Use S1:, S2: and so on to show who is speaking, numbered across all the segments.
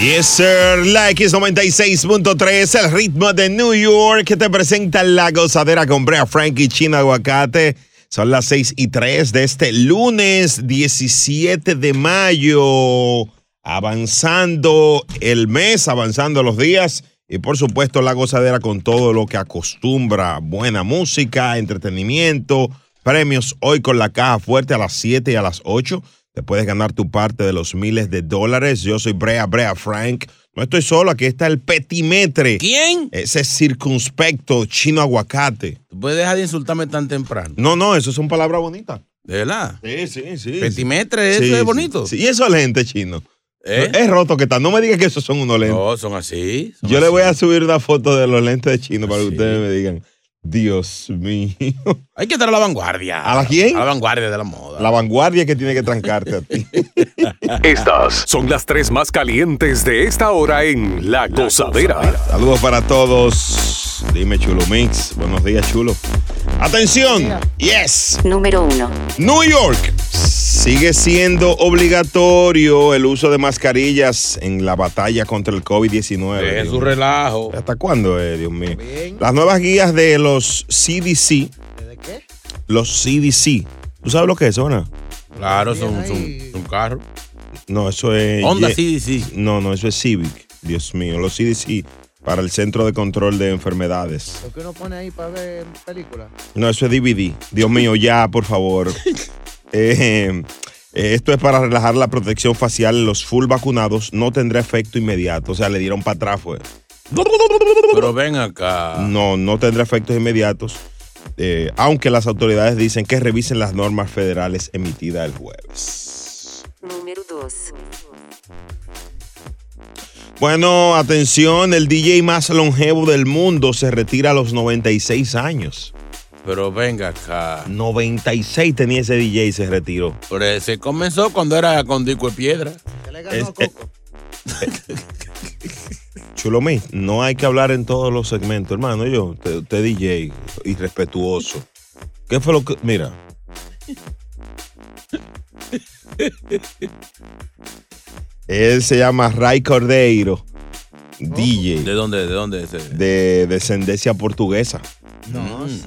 S1: Yes, sir. La X96.3, el ritmo de New York, que te presenta la gozadera con Brea Frankie China Aguacate. Son las 6 y 3 de este lunes 17 de mayo. Avanzando el mes, avanzando los días. Y por supuesto, la gozadera con todo lo que acostumbra: buena música, entretenimiento, premios. Hoy con la caja fuerte a las 7 y a las 8. Te puedes ganar tu parte de los miles de dólares. Yo soy Brea, Brea Frank. No estoy solo, aquí está el petimetre.
S2: ¿Quién?
S1: Ese circunspecto chino aguacate.
S2: Tú puedes dejar de insultarme tan temprano.
S1: No, no, eso son palabras bonitas.
S2: ¿De verdad?
S1: Sí, sí, sí.
S2: Petimetre,
S1: Sí,
S2: eso
S1: sí,
S2: es bonito.
S1: sí. Y esos lentes chinos.
S2: ¿Eh?
S1: Es roto que están. No me digas que esos son unos lentes.
S2: No, son así. son
S1: Yo le
S2: así.
S1: voy a subir una foto de los lentes de chino para que
S2: Sí.
S1: ustedes me digan. Dios mío.
S2: Hay que estar a la vanguardia.
S1: ¿A la quién?
S2: A la vanguardia de la moda.
S1: La vanguardia que tiene que trancarte a ti.
S3: Estas son las tres más calientes de esta hora en La Gozadera.
S1: Saludos para todos. Dime, Chulo Mix. Buenos días, Chulo. Atención. Yes.
S4: Número 1.
S1: New York. Sigue siendo obligatorio el uso de mascarillas en la batalla contra el COVID-19.
S2: Es
S1: Dios
S2: su
S1: mío.
S2: relajo.
S1: ¿Hasta cuándo, eh, Dios mío? Las nuevas guías de los CDC.
S5: ¿De qué?
S1: Los CDC. ¿Tú sabes lo que es, Ona?
S2: Claro, son,
S5: Ahí.
S2: son, son carros.
S1: No, eso es.
S2: Honda
S1: Ye-
S2: CDC.
S1: No, no, eso es Civic. Dios mío. Los CDC para el Centro de Control de Enfermedades.
S5: Lo que uno pone ahí para ver películas.
S1: No, eso es DVD. Dios mío, ya, por favor. Eh, eh, esto es para relajar la protección facial. en Los full vacunados no tendrá efecto inmediato. O sea, le dieron para atrás, fue.
S2: Pero ven acá.
S1: No, no tendrá efectos inmediatos. eh, aunque las autoridades dicen que revisen las normas federales emitidas el jueves.
S4: Número 2.
S1: Bueno, atención, el DJ más longevo del mundo se retira a los 96 años.
S2: Pero venga acá.
S1: 96 tenía ese DJ y se retiró.
S2: Pero se comenzó cuando era con disco de piedra.
S5: Se le
S1: Es-
S5: ganó a
S1: eh,
S5: Coco.
S1: Chulomí, no hay que hablar en todos los segmentos, hermano. Yo, usted, usted DJ, irrespetuoso. ¿Qué fue lo que.? Mira. Él se llama Ray Cordeiro, Oh.
S2: ¿De
S1: DJ
S2: dónde? ¿De dónde? es ese?
S1: de descendencia portuguesa.
S5: No,
S2: Mm.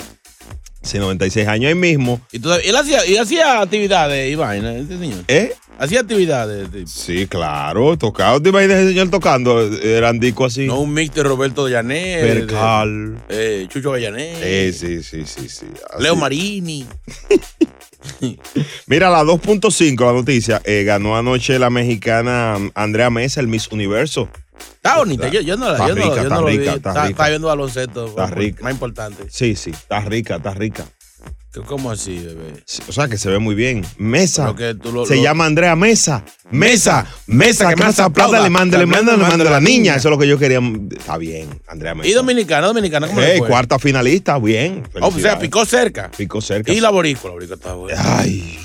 S1: Hace 96 años ahí mismo.
S2: Y todavía- él hacía, y hacía actividades, y vaina, este señor.
S1: ¿Eh?
S2: Hacía actividades. este.
S1: Sí, claro, tocado. ¿Te imaginas ese señor tocando? Eran disco así.
S2: No un mix de Roberto Llané. de-
S1: Percal.
S2: Eh, Chucho Gallané.
S1: Sí, sí, sí, sí. sí. Así.
S2: Leo Marini.
S1: Mira, la 2.5, la noticia. eh, ganó anoche la mexicana Andrea Mesa, el Miss Universo.
S2: Está bonita. Yo, yo no la
S1: Está
S2: yo no-
S1: rica,
S2: yo
S1: está
S2: no lo vi.
S1: rica, está rica.
S2: viendo baloncesto.
S1: Está
S2: más
S1: rica.
S2: Más importante.
S1: Sí, sí, está rica, está rica.
S2: Que ¿Cómo así, bebé?
S1: Sí, O sea, que se ve muy bien. Mesa.
S2: Pero que tú lo-
S1: se
S2: lo-
S1: llama Andrea Mesa. Mesa, Mesa, que más aplauda, le manda, le manda, le manda a la niña. Eso es lo que yo quería. mm, Está bien, Andrea Mesa.
S2: Y dominicana, dominicana, ¿cómo le
S1: Eh,
S2: fue?
S1: cuarta finalista, bien.
S2: Oh, o sea,
S1: Felicidades.
S2: picó cerca.
S1: Picó cerca.
S2: Y la boricua, la boricua está buena.
S1: Ay.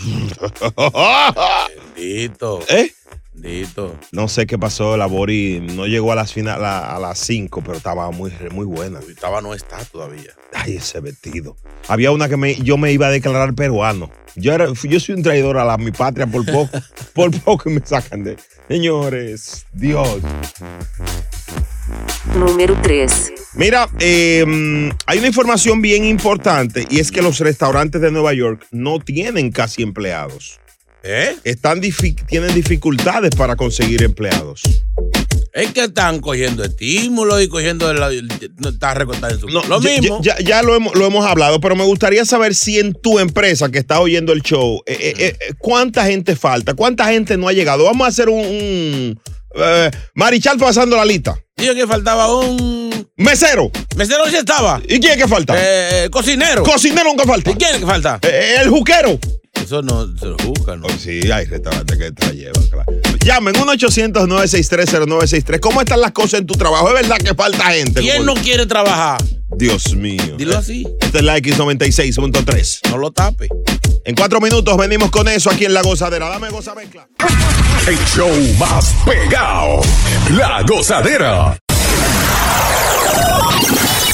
S2: Bendito,
S1: ¿Eh?
S2: bendito.
S1: No sé qué pasó, la Bori no llegó a las final, a a las 5, pero estaba muy, muy buena.
S2: Uy, Estaba no está todavía.
S1: Ay, ese vestido. Había una que me, yo me iba a declarar peruano. Yo, era- yo soy un traidor a la, mi patria por poco. por poco y me sacan de. Señores, Dios.
S4: Número 3.
S1: Mira, eh, mm, hay una información bien importante y es que los restaurantes de Nueva York no tienen casi empleados.
S2: ¿Eh?
S1: Están dific- tienen dificultades para conseguir empleados.
S2: Es que están cogiendo estímulos y cogiendo. La, no, está recortado en su.
S1: No,
S2: lo
S1: ya-
S2: mismo.
S1: Ya, ya lo, hemos, lo hemos hablado, pero me gustaría saber si en tu empresa que está oyendo el show, eh, eh, eh, eh, ¿cuánta gente falta? ¿Cuánta gente no ha llegado? Vamos a hacer un... un, eh, Marichal pasando la lista.
S2: Dijo que faltaba un.
S1: Mesero.
S2: Mesero ya estaba.
S1: ¿Y quién es que falta?
S2: Eh, cocinero.
S1: Cocinero nunca falta.
S2: ¿Y quién es que falta?
S1: Eh, eh, el juquero.
S2: eso no se lo buscan. ¿no?
S1: Oh, sí, hay restaurantes que te la llevan, claro. Llamen 1-800-963-0963. ¿Cómo están las cosas en tu trabajo? Es verdad que falta gente.
S2: ¿Quién no
S1: Como-
S2: quiere trabajar?
S1: Dios mío.
S2: Dilo así.
S1: Esta es la X96.3.
S2: No lo tape.
S1: En cuatro minutos venimos con eso aquí en La Gozadera. Dame goza mezcla.
S3: El show más pegado. La gozadera.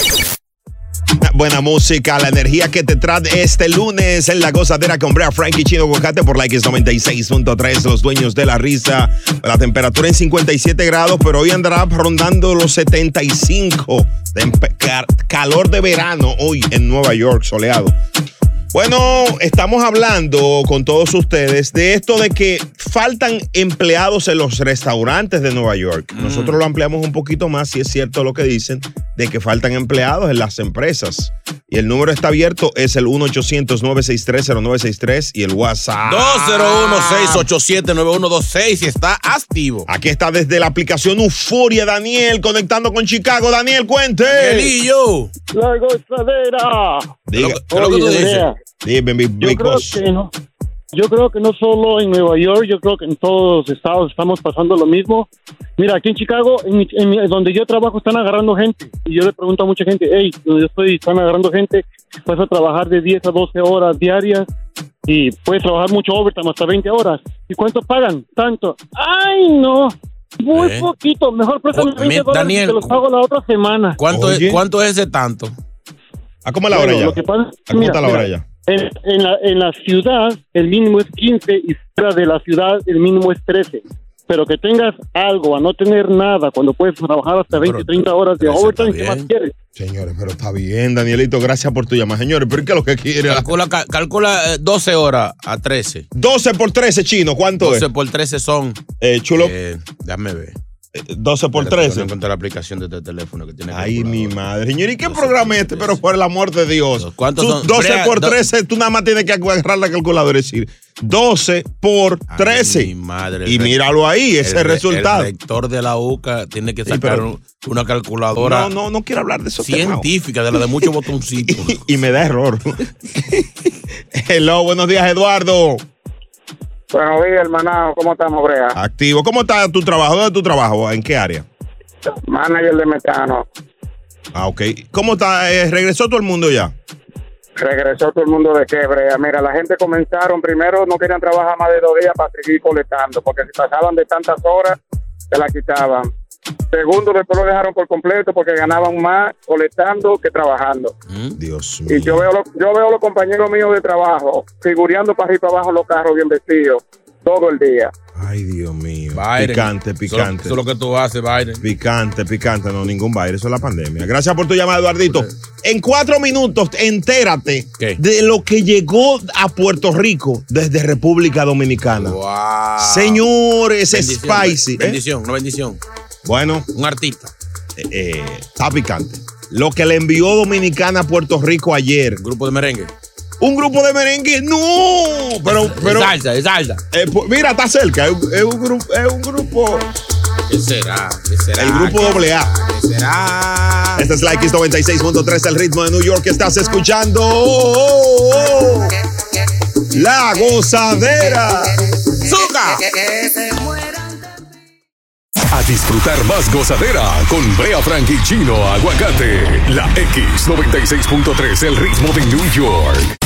S1: Una Buena música, la energía que te trae este lunes en la gozadera con Brea Frankie Chino Guacate por la X96.3, los dueños de la risa. La temperatura en 57 grados, pero hoy andará rondando los 75. Tempe- car- calor de verano hoy en Nueva York, soleado. Bueno, estamos hablando con todos ustedes de esto de que faltan empleados en los restaurantes de Nueva York.
S2: Mm.
S1: Nosotros lo ampliamos un poquito más, si es cierto lo que dicen, de que faltan empleados en las empresas. Y el número está abierto, es el 1-800-963-0963 y el
S2: Ah.
S1: WhatsApp.
S2: 201-687-9126 y está activo.
S1: Aquí está desde la aplicación Euforia, Daniel, conectando con Chicago. Daniel, cuente.
S2: Angelillo.
S6: La gozadera.
S1: Diga,
S2: Lo que- ¿Qué es lo que tú
S6: Oye,
S2: dices?
S6: Brea,
S1: dime, mi- mi
S6: yo creo
S1: cosa.
S6: que no. Yo creo que no solo en Nueva York, yo creo que en todos los estados estamos pasando lo mismo. Mira, aquí en Chicago, en, mi- en mi- donde yo trabajo, están agarrando gente. Y yo le pregunto a mucha gente, hey, donde yo estoy, están agarrando gente, vas a trabajar de 10 a 12 horas diarias y puedes trabajar mucho overtime, hasta 20 horas. ¿Y cuánto pagan? Tanto. ¡Ay, no! Muy
S2: Eh.
S6: poquito. Mejor préstame
S2: Cu- mi-
S6: 20 dólares y
S2: Daniel,
S6: te los pago la otra semana.
S2: ¿Cuánto,
S1: Oye.
S2: es, ¿Cuánto es ese tanto?
S1: ¿A cómo es la hora
S6: Bueno,
S1: ya?
S6: lo que pasa-
S1: ¿A cómo
S6: mira,
S1: está la hora
S6: mira.
S1: ya?
S6: En, en la, en la ciudad el mínimo es 15 y fuera de la ciudad el mínimo es 13. Pero que tengas algo a no tener nada cuando puedes trabajar hasta 20,
S2: Pero
S6: 30 horas de
S2: 13
S6: overtime,
S2: está
S6: ¿qué más
S2: bien.
S6: quieres?
S1: Señores, pero está bien, Danielito, gracias por tu llamada. Señores, pero ¿qué es lo que quiere?
S2: Calcula, cal- calcula eh, 12 horas a 13.
S1: 12 por 13, chino, ¿cuánto
S2: 12 por 13 son.
S1: es? Eh, chulo,
S2: eh, déjame ver.
S1: eh, 12 por
S2: Espérate, que No
S1: 13.
S2: encuentro la aplicación de este teléfono que tiene.
S1: Ay, mi
S2: calculadora.
S1: madre. Señor, ¿y qué
S2: 12
S1: programa
S2: por
S1: es este?
S2: 13?
S1: Pero por el amor de Dios.
S2: ¿Cuántos
S1: Tú,
S2: son?
S1: 12
S2: Brea,
S1: por
S2: do-
S1: 13, tú nada más tienes que agarrar la calculadora y decir 12 por
S2: Ay,
S1: 13.
S2: mi madre.
S1: Y
S2: El-
S1: míralo ahí, ese
S2: re-
S1: resultado.
S2: El rector de la UCA tiene que
S1: Sí,
S2: sacar
S1: pero-
S2: un- una calculadora
S1: No, no, no quiero hablar de eso.
S2: científica, de la de muchos botoncitos.
S1: Y, y me da error. Hello, buenos días, Eduardo.
S7: Buenos días, hermanado. ¿Cómo estamos, Brea?
S1: Activo. ¿Cómo está tu trabajo? ¿Dónde es tu trabajo? ¿En qué área?
S7: Manager de Mecano.
S1: Ah, ok. ¿Cómo está? Eh, ¿Regresó todo el mundo ya?
S7: Regresó todo el mundo de qué, Brea. Mira, la gente comenzaron, primero no querían trabajar más de dos días para seguir colectando, porque si pasaban de tantas horas, se la quitaban. Segundo, después lo dejaron por completo porque ganaban más colectando que trabajando.
S1: Mm. Dios mío.
S7: Y yo veo, lo- yo veo los compañeros míos de trabajo figureando para arriba y para abajo los carros bien vestidos todo el día.
S1: Ay, Dios mío.
S2: Biden.
S1: Picante, picante.
S2: Eso, eso es lo que tú haces, Biden.
S1: Picante, picante. No, ningún baile. Eso es la pandemia. Gracias por tu llamada, Eduardito. En cuatro minutos, entérate
S2: ¿Qué?
S1: de lo que llegó a Puerto Rico desde República Dominicana.
S2: Wow.
S1: Señores,
S2: Bendición,
S1: spicy. ¿eh?
S2: Bendición, una bendición.
S1: Bueno,
S2: Un artista.
S1: eh, eh, está picante. Lo que le envió Dominicana a Puerto Rico ayer.
S2: Grupo de merengue.
S1: Un grupo de merengue. No, pero, pero
S2: es salsa, es salsa.
S1: Eh, pues, mira, está cerca. Es un, es un grupo. Es un grupo
S2: ¿Qué será? Ah, ¿Qué será?
S1: el grupo AA.
S2: ¿Qué será?
S1: Esta es la X96.3, el ritmo de New York que estás escuchando. Oh, oh, oh. La gozadera.
S2: ¡Azúcar!
S3: A disfrutar más gozadera con Brea Frank y Chino Aguacate. La X96.3, el ritmo de New York.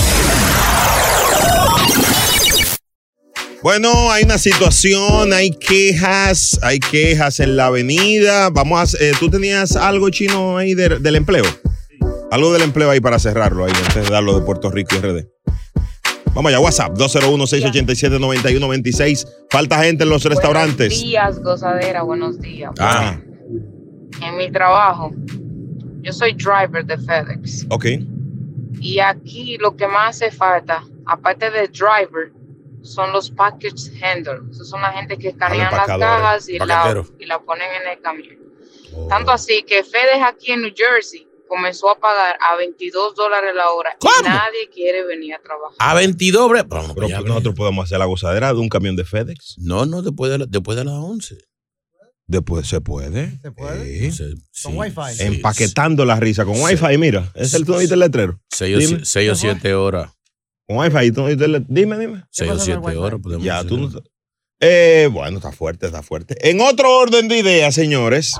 S1: Bueno, hay una situación, hay quejas, hay quejas en la avenida. Vamos a. eh, ¿Tú tenías algo chino ahí de- del empleo? Algo del empleo ahí para cerrarlo ahí, antes de darlo de Puerto Rico y RD. Vamos allá, WhatsApp, 201-687-9126. Falta gente en los restaurantes.
S8: Buenos días, gozadera, buenos días.
S1: Ah,
S8: En mi trabajo, yo soy driver de FedEx.
S1: ok.
S8: Y aquí lo que más hace falta, aparte de driver, son los package handlers. Esos son la gente que escanean las
S1: empacadores,
S8: cajas y la,
S2: paqueteros.
S8: y la ponen en el camión. Tanto así que FedEx aquí en New Jersey comenzó a pagar a 22 dólares la hora.
S2: ¿Cómo?
S8: Y nadie quiere venir a trabajar.
S2: A 22, bre- Vamos,
S1: Pero pues
S2: pues ya,
S1: nosotros podemos hacer la gozadera de un camión de FedEx.
S2: No, no, después de, la- después de las 11.
S1: Después se puede.
S5: ¿Se puede?
S1: Sí.
S2: Se- sí,
S5: Wi-Fi.
S2: sí,
S1: Empaquetando la risa con
S2: Sí.
S1: Wi-Fi, mira. Es el tú no viste el letrero.
S2: Seis o
S1: Dime.
S2: si- seis o siete horas.
S1: Con Wi-Fi. y tú- y tú le- dime, dime.
S2: 6 o 7 horas podemos
S1: Ya,
S2: hacer.
S1: tú no- Eh, bueno, está fuerte, está fuerte. En otro orden de ideas, señores.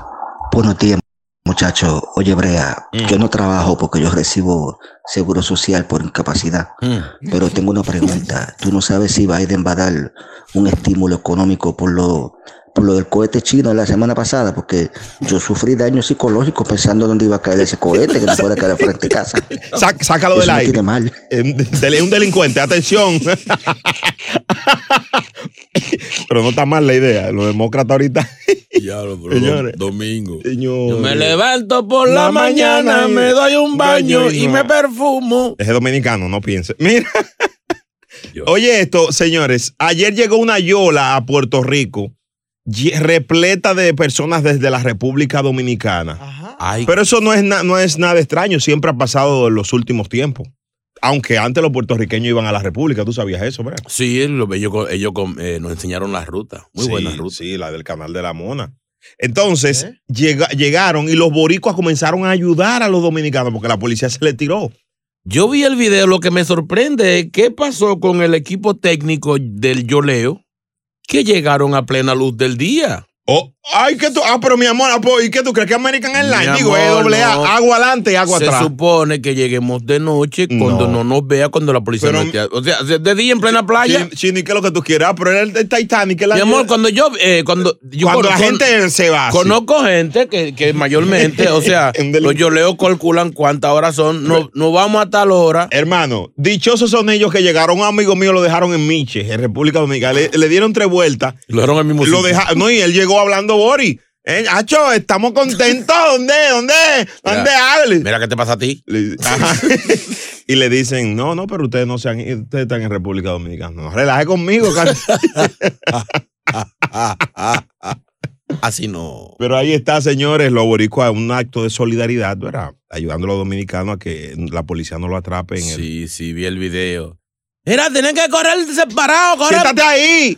S9: Buenos días, muchachos. Oye, Brea,
S1: Mm.
S9: yo no trabajo porque yo recibo seguro social por incapacidad,
S2: Mm.
S9: pero tengo una pregunta. ¿Tú no sabes si Biden va a dar un estímulo económico por lo, por lo del cohete chino la semana pasada? Porque yo sufrí daño psicológico pensando dónde iba a caer ese cohete, que no fuera a caer frente a casa.
S1: Sa- sácalo
S9: Eso
S1: del
S9: no
S1: aire.
S9: tiene mal.
S1: Eh, del- un delincuente, atención. Pero no está mal la idea. Los demócratas ahorita.
S2: Diablo, pero
S1: Señores.
S2: dom- domingo.
S1: Señor.
S2: Yo me levanto por la,
S1: La
S2: mañana,
S1: mañana y-
S2: me doy un baño y
S1: no.
S2: me perfumo.
S1: Ese dominicano, no piense. Mira.
S2: Yo.
S1: Oye, esto, señores. Ayer llegó una yola a Puerto Rico ye- repleta de personas desde la República Dominicana.
S5: Ajá.
S2: Ay,
S1: Pero eso no es, na- no es nada extraño. Siempre ha pasado en los últimos tiempos. Aunque antes los puertorriqueños iban a la República. ¿Tú sabías eso, verdad?
S2: sí, lo- ellos, co- ellos com- eh, nos enseñaron las rutas. Muy
S1: Sí,
S2: buenas rutas.
S1: Sí, la del canal de la Mona. Entonces,
S5: ¿Eh?
S1: llega- llegaron y los boricuas comenzaron a ayudar a los dominicanos porque la policía se le tiró.
S2: Yo vi el video, lo que me sorprende es qué pasó con el equipo técnico del Yoleo que llegaron a plena luz del día.
S1: Oh, ay, que tú. Ah, pero mi amor, ah, pues, ¿y qué tú crees que American Airlines?
S2: Mi
S1: Digo,
S2: amor,
S1: es doble A,
S2: no.
S1: agua adelante, agua
S2: Se
S1: atrás.
S2: supone que lleguemos de noche cuando
S1: No.
S2: no, nos vea, cuando la policía
S1: Pero-
S2: no esté- O sea, de día en plena playa.
S1: Chin- Chini, ¿qué es lo que tú quieras? Ah, Pero era el, el Titanic. el-
S2: Mi amor, cuando yo. eh, cuando yo
S1: cuando
S2: con-
S1: la
S2: con-
S1: gente se va. así.
S2: Conozco gente que, que mayormente, o sea,
S1: Un delincuente.
S2: los yoleos calculan cuántas horas son. No, no vamos a tal hora.
S1: Hermano, dichosos son ellos que llegaron. Un amigo mío lo dejaron en Miches, en República Dominicana. Le- le dieron tres vueltas
S2: Lo dejaron al mismo
S1: lo
S2: sitio.
S1: deja, no, y él llegó hablando Boris. Eh, Acho, estamos contentos. ¿Dónde? ¿Dónde? ¿Dónde hables?
S2: Mira qué te pasa a ti.
S1: Le- Ajá. y le dicen, no, no, pero ustedes no se han ido, ustedes están en República Dominicana. No, relaje conmigo, Carlos.
S2: Así no.
S1: pero ahí está, señores, los boricuas, un acto de solidaridad, ¿verdad? Ayudando a los dominicanos a que la policía no lo atrape en el.
S2: Sí, sí, vi el video. Mira, tienen que correr separado, correr.
S1: ¡Siéntate ahí!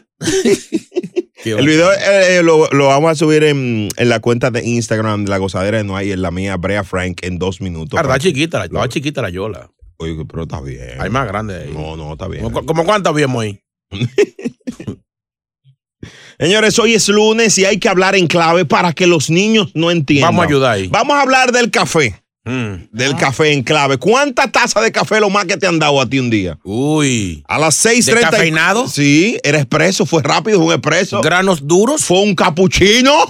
S2: Qué
S1: El video eh, eh, lo, lo vamos a subir en, en la cuenta de Instagram de la gozadera de Noah y en la mía, Brea Frank, en dos minutos.
S2: Ah, Estaba chiquita, la-
S1: Lo-
S2: estaba chiquita la yola.
S1: Oye, pero está bien.
S2: Hay más grande ahí.
S1: No, no, está bien.
S2: ¿Cómo, cu- cómo cuántas vimos ahí?
S1: Señores, hoy es lunes y hay que hablar en clave para que los niños no entiendan.
S2: Vamos a ayudar ahí.
S1: Vamos a hablar del café,
S2: Mm.
S1: del café en clave. ¿Cuántas tazas de café lo más que te han dado a ti un día?
S2: Uy.
S1: A las 6:30.
S2: ¿Descafeinado?
S1: Sí, era expreso, fue rápido, fue un expreso.
S2: Granos duros.
S1: fue un capuchino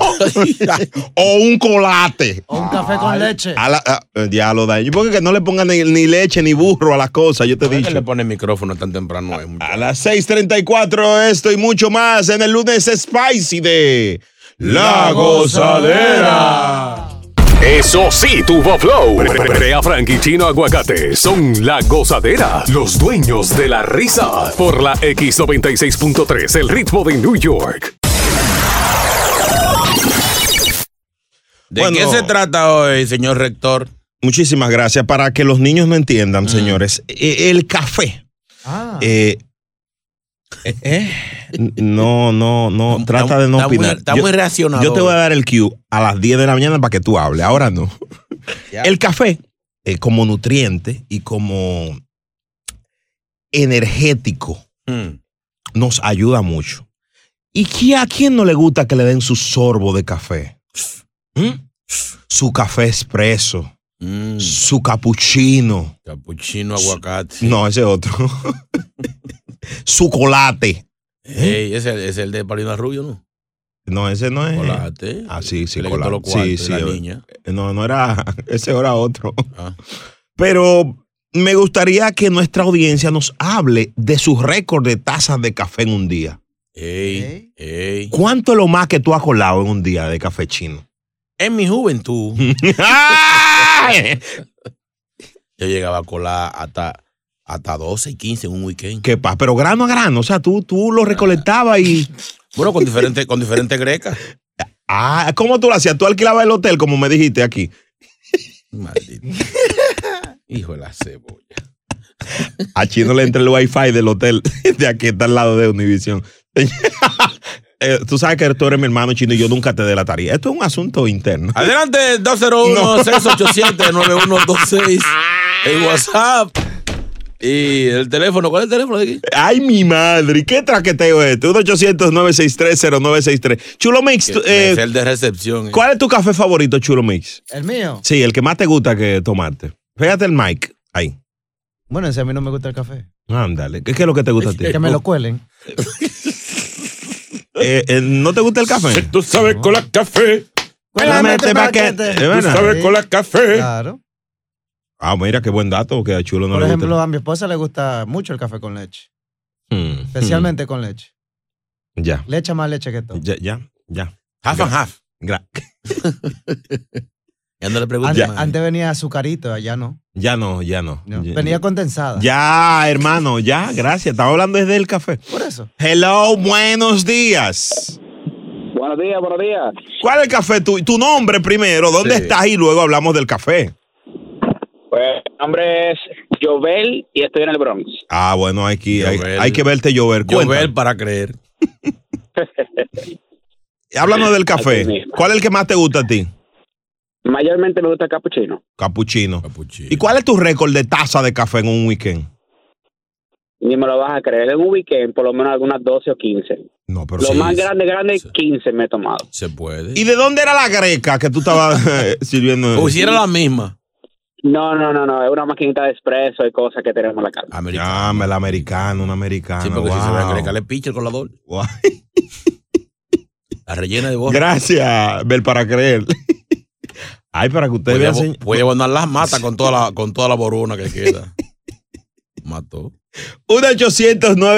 S1: o un colate.
S5: O un café con leche.
S1: A la- a- ya lo daño. Porque que no le pongan ni, ni leche ni burro a las cosas, yo te he
S2: ¿Por qué
S1: dicho.
S2: le pone el micrófono tan temprano? ahí,
S1: A las 6:34 esto y mucho más en el lunes Spicy de La Gozadera.
S3: Eso sí, tuvo flow. Brea Frank y Chino Aguacate son la gozadera, los dueños de la risa. Por la X96.3, el ritmo de New York.
S2: ¿De
S1: Bueno.
S2: qué se trata hoy, señor rector? Ah.
S1: Muchísimas gracias. Para que los niños no entiendan, señores, e- el café.
S5: Ah.
S1: eh,
S2: ¿Eh?
S1: n- no, no, no. Trata de no
S2: está
S1: opinar.
S2: Muy, está
S1: yo,
S2: muy reaccionado.
S1: yo te voy a dar el cue a las 10 de la mañana para que tú hables. Ahora no.
S2: Ya.
S1: El café, eh, como nutriente y como energético,
S2: Mm.
S1: nos ayuda mucho. ¿Y qui- a quién no le gusta que le den su sorbo de café? ¿Mm? Su café expreso,
S2: Mm.
S1: su capuchino.
S2: Capuchino, aguacate.
S1: No, ese otro. Chocolate.
S2: Ey, ese ese es el de Paulina Rubio, ¿no?
S1: No, ese no es.
S2: Colate.
S1: Ah, sí, sí,
S2: Que le quitó los
S1: colate.
S2: cuartos
S1: Sí,
S2: de
S1: sí,
S2: la
S1: eh.
S2: niña.
S1: No, no era. Ese era otro.
S2: Ah.
S1: Pero me gustaría que nuestra audiencia nos hable de sus récords de tazas de café en un día.
S2: Ey, ey.
S1: ¿Cuánto es lo más que tú has colado en un día de café chino?
S2: En mi juventud,
S1: ¡Ay!
S2: yo llegaba a colar hasta, hasta 12 y 15 en un weekend.
S1: Qué paz, pero grano a grano. O sea, tú, tú lo recolectabas y.
S2: Bueno, con diferentes con diferentes grecas.
S1: Ah, ¿cómo tú lo hacías? Tú alquilabas el hotel, como me dijiste aquí.
S2: Maldito. Hijo de la cebolla.
S1: A Chino le entra el wifi del hotel de aquí está al lado de Univision. Eh, tú sabes que tú eres mi hermano chino y yo nunca te delataría. Esto es un asunto interno.
S2: Adelante, 201-687-9126. En WhatsApp. Y el teléfono, ¿cuál es el teléfono de aquí?
S1: Ay, mi madre, qué traqueteo es este. 1 800 963 Chulo Mix, tú, eh,
S2: es el de recepción. eh.
S1: ¿cuál es tu café favorito, Chulo Mix?
S5: El mío.
S1: Sí, el que más te gusta que tomarte. Fíjate el mic ahí.
S5: Bueno, ese a mí no me gusta el café.
S1: Ándale, ¿qué, qué es lo que te gusta a ti?
S5: Que me lo cuelen.
S1: Eh, eh, ¿No te gusta el
S10: Si
S1: café?
S10: tú sabes con la café,
S1: Cuélame este paquete.
S5: paquete.
S1: Es
S10: tú
S1: verdad.
S10: sabes con la café.
S5: Claro.
S1: Ah, mira, qué buen dato, que a Chulo no
S5: Por
S1: le
S5: ejemplo,
S1: gusta.
S5: a mi esposa le gusta mucho el café con leche.
S1: Hmm,
S5: Especialmente con leche.
S1: hmm, Ya,
S5: Le echa más leche que todo.
S1: ya, ya, ya.
S2: Half and half.
S1: Gra-
S2: Ya no le preguntes
S5: Antes,
S2: más.
S5: antes venía azucarito, allá no.
S1: Ya no, ya no.
S5: no.
S1: Ya-
S5: Venía condensada.
S1: Ya, hermano, ya, gracias. Estaba hablando desde el café.
S5: Por eso.
S1: Hello, buenos días.
S7: Buenos días, buenos días.
S1: ¿Cuál es el café tu, tu nombre primero? ¿Dónde
S2: Sí.
S1: estás? Y luego hablamos del café.
S7: Pues, mi nombre es Jovel y estoy en el Bronx.
S1: Ah, bueno, aquí hay,
S2: Jovel.
S1: hay que verte llover.
S2: Yo
S1: Cuéntame.
S2: ver para creer.
S1: Háblanos
S7: Así
S1: del café.
S7: mismo.
S1: ¿Cuál es el que más te gusta a ti?
S7: Mayormente me gusta el capuchino.
S1: Capuchino.
S2: Capuchino.
S1: ¿Y cuál es tu récord de taza de café en un weekend?
S7: Ni me lo vas a creer. En un weekend, por lo menos algunas 12 o 15.
S1: No, pero
S7: Lo
S1: sí.
S7: más grande, grande, 15 me he tomado.
S2: Se puede.
S1: ¿Y de dónde era la greca que tú estabas eh, sirviendo?
S2: O si era la misma.
S7: No, no, no, no. Es una maquinita de expreso y cosas que tenemos en la casa.
S2: Americana.
S1: Ah, el americano, un americano.
S2: sí, porque si se
S1: wow.
S2: va a agregarle picha el colador.
S1: Wow.
S2: La rellena de borra.
S1: Gracias, Bel, para creer. Ay, para que ustedes
S2: Puede,
S1: vean.
S2: abo-
S1: señ-
S2: puede abandonar las matas con toda la, con toda la borona que queda. Mató.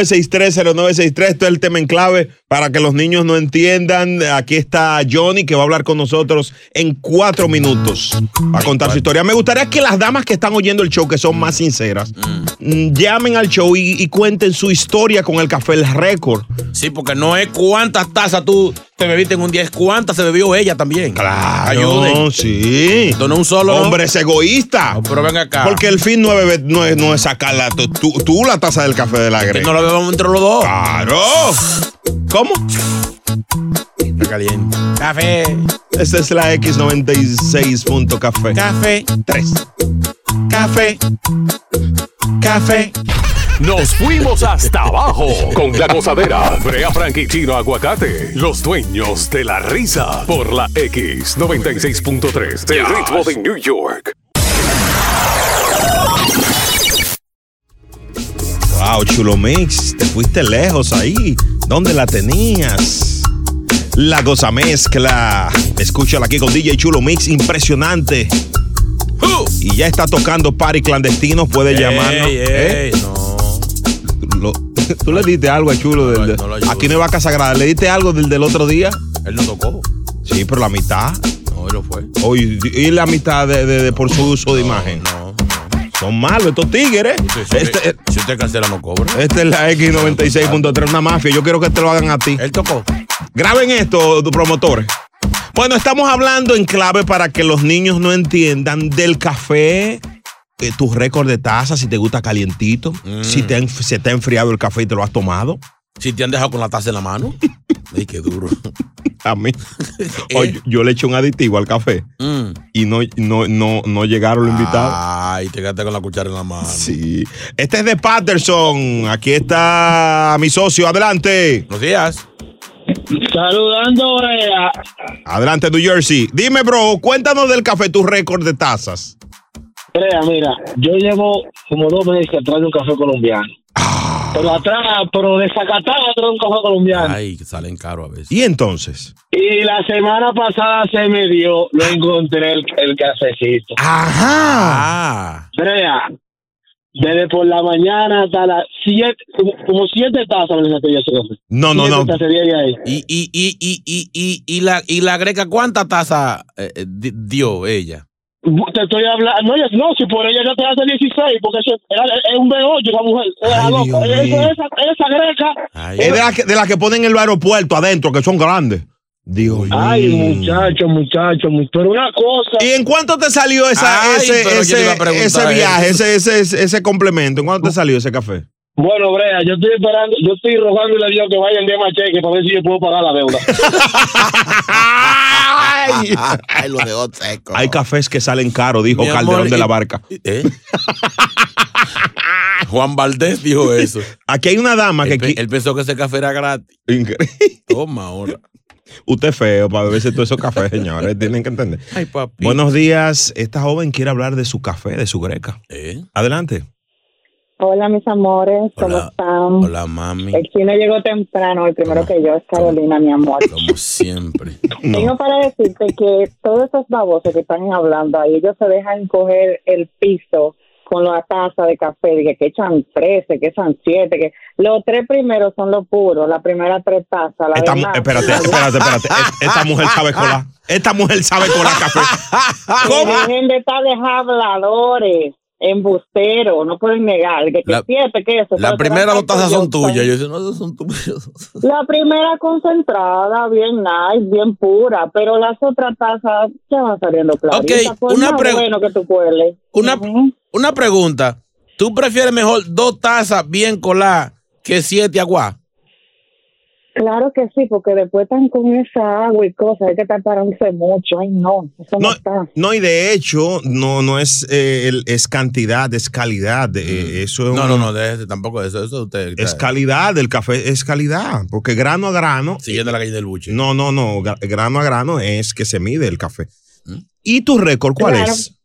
S1: 1-800-963-0963. Esto es el tema en clave para que los niños no entiendan. Aquí está Johnny que va a hablar con nosotros en cuatro minutos Va a contar su historia. Me gustaría que las damas que están oyendo el show, que son más sinceras, mm, llamen al show y, y cuenten su historia con el café El Récord.
S2: Sí, porque no es cuántas tazas tú te bebiste en un día, es cuántas se bebió ella también. Ayuden.
S1: sí.
S2: Esto no es un solo.
S1: Hombre, es egoísta.
S2: No, pero ven acá.
S1: Porque el fin no es, beber- no es, no es sacar la, tú, tú la taza del café de la
S2: Que
S1: greca.
S2: no lo bebamos entre los dos.
S1: ¡Claro! ¿Cómo?
S2: Está caliente. Café.
S1: Esta es la X96.café.
S2: Café.
S1: 3.
S2: Café. Café.
S3: Nos fuimos hasta abajo con la gozadera. Brea Frank y Chino Aguacate, los dueños de la risa por la X96.3 del ritmo de New York.
S1: Wow, chulo mix. Te fuiste lejos ahí. ¿Dónde la tenías? La goza mezcla. Escúchala aquí con DJ Chulo Mix. Impresionante. Y ya está tocando party clandestino. Puede llamarnos.
S2: Ey,
S1: ¿eh?
S2: ey, no.
S1: Lo- Tú le diste algo a Chulo.
S2: No,
S1: del-
S2: no lo ayudo.
S1: aquí no hay vaca sagrada. ¿Le diste algo del, del otro día?
S2: Él no tocó.
S1: Sí, pero la mitad.
S2: No, él lo fue.
S1: Oh, y, y la mitad de, de- de por su uso de imagen.
S2: No.
S1: Son malos estos tigres.
S2: Sí, sí,
S1: Este-
S2: usted- si usted cancela, no cobra.
S1: Esta Este es la X96.3, una mafia. Yo quiero que te lo hagan a ti.
S2: Él tocó.
S1: Graben esto, tu- promotores. Bueno, estamos hablando en clave para que los niños no entiendan del café, eh, tu récord de taza, si te gusta calientito, si te ha enf- se te ha enfriado el café y te lo has tomado.
S2: Mm. Si te han dejado con la taza en la mano. Ay, qué duro.
S1: A mí. Oye, yo le eché un aditivo al café
S2: Mm.
S1: y no, no, no, no llegaron los invitados.
S2: Ay, te quedaste con la cuchara en la mano.
S1: Sí. Este es de Patterson. Aquí está mi socio. Adelante.
S2: Buenos días.
S6: Saludando a,
S1: Adelante, New Jersey. Dime, bro, cuéntanos del café, tu récord de tazas.
S6: Crea, mira, yo llevo como dos meses atrás de un café colombiano.
S1: Ah.
S6: Pero atrás, pero desacatado atrás de un café colombiano.
S2: Ay, que salen caro a veces.
S1: pues. Y entonces.
S6: Y la semana pasada se me dio, lo encontré el, el cafecito.
S1: Ajá.
S2: Ah.
S6: Crea, desde por la mañana hasta las siete, como, como siete tazas me saqué yo ese café.
S1: No, no,
S6: Siete
S1: no.
S6: tazas diarias ahí.
S2: Y, y, y, y, y, y, y la, y la greca, ¿cuánta taza eh, eh, di- dio ella?
S6: Te estoy hablando, no, ya- no, si por ella ya te hace 16, porque eso era- es un B8 la mujer. Era
S1: Ay,
S6: loca.
S1: Dios
S6: Eso-
S1: mío.
S6: esa, esa greca.
S2: Ay,
S1: Es de las que, de las que ponen en el aeropuerto adentro, que son grandes. Dios mío.
S6: Ay, muchacho, muchacho, muchacho. Pero una cosa.
S1: ¿Y en cuánto te salió esa,
S2: Ay,
S1: ese,
S2: pero yo
S1: ese-
S2: te iba a preguntar
S1: ese viaje, ese, ese, ese- ese complemento? ¿En
S2: Oh
S1: cuánto te salió ese café?
S6: Bueno, Brea, yo estoy esperando, yo estoy rogando y le digo que vayan de más cheque para ver si yo puedo pagar la deuda.
S1: Ay.
S2: Ay, lo dejó seco.
S1: Hay cafés que salen caro, dijo
S2: Mi amor,
S1: Calderón de
S2: y-
S1: la Barca.
S2: ¿Eh? Juan Valdés dijo eso.
S1: Aquí hay una dama
S2: que... él pensó que ese café era gratis. Toma ahora.
S1: Usted es feo para beberse todos esos cafés, señores. Tienen que entender.
S2: Ay, papi.
S1: Buenos días. Esta joven quiere hablar de su café, de su greca.
S2: ¿Eh?
S1: Adelante.
S11: Hola, mis amores, ¿cómo están?
S2: Hola, mami.
S11: El chino llegó temprano, el primero que yo es Carolina, mi amor.
S2: Como siempre.
S11: Tengo para decirte que todos esos babosos que están hablando ahí, ellos se dejan coger el piso con la taza de café, de que, que echan 13, que echan 7, que los tres primeros son los puros, la primera tres tazas, la
S1: Esta mu-
S11: demás-
S1: espérate, espérate, espérate. Es- Esta mujer sabe colar. Esta mujer sabe colar café.
S11: Que dejen de estar de habladores, embusteros, no pueden negar, que, que
S2: La-
S11: siete, que eso. pero
S2: Las
S11: te
S2: primeras
S11: dan
S2: dos tazas son
S11: tanto yo-
S2: tuyas. Yo dije, no, esas son tuyas.
S11: La primera concentrada, bien nice, bien pura, pero las otras tazas ya van saliendo Pues claras.
S2: Ok, una pre-
S11: bueno que tú cueles.
S2: Una, una pregunta. ¿Tú prefieres mejor dos tazas bien coladas que siete aguas?
S11: Claro que sí, porque después están con esa agua y cosas, hay que taparse mucho. Ay, no, eso no, está.
S1: No, y de hecho, no, no es, eh, el- es cantidad, es calidad. eh, eso es
S2: Mm. No,
S1: un-
S2: no, no, déjese tampoco de eso. Eso de usted.
S1: Es calidad, el café es calidad, porque grano a grano.
S2: Siguiendo la calle del buche.
S1: No, no, no, gra- grano a grano es que se mide el café.
S2: ¿Mm?
S1: ¿Y tu récord cuál
S11: Claro.
S1: es?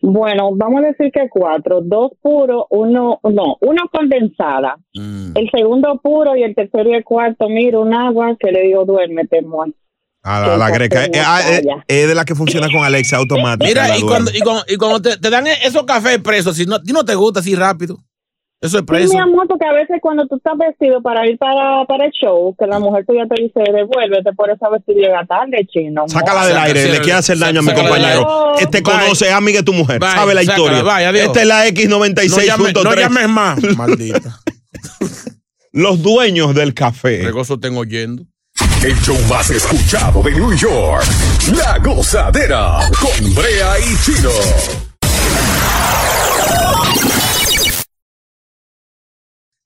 S11: Bueno, vamos a decir que cuatro, dos puros, uno, no, una condensada,
S2: Mm.
S11: el segundo puro y el tercero y el cuarto, mira, un agua que le digo, duérmete, muerto.
S1: A la, la greca. Eh, ah, eh, es de la que funciona con Alexa automática. la
S2: Mira, y
S1: duerme.
S2: cuando, y cuando- y cuando te, te dan e-, esos cafés presos, si no, a ti no te gusta así rápido, eso es
S11: Sí,
S2: preso.
S11: mi amor, porque a veces cuando tú estás vestido para ir para, para el show, que
S1: Mm.
S11: la mujer tuya te dice, devuélvete por esa vestida llega tarde, chino.
S1: Sácala del aire, le quiere hacer daño a mi
S2: sácala del
S1: compañero.
S11: aire.
S1: Este
S2: Bye.
S1: conoce, es amiga de tu mujer,
S2: Bye,
S1: sabe la
S2: sácala,
S1: historia.
S2: bye, adiós.
S1: Esta es la
S2: No llames-
S1: X96.3.
S2: no llames más, maldita.
S1: Los dueños del café.
S2: Regoso tengo oyendo.
S3: El show más escuchado de New York. La gozadera con Brea y Chino.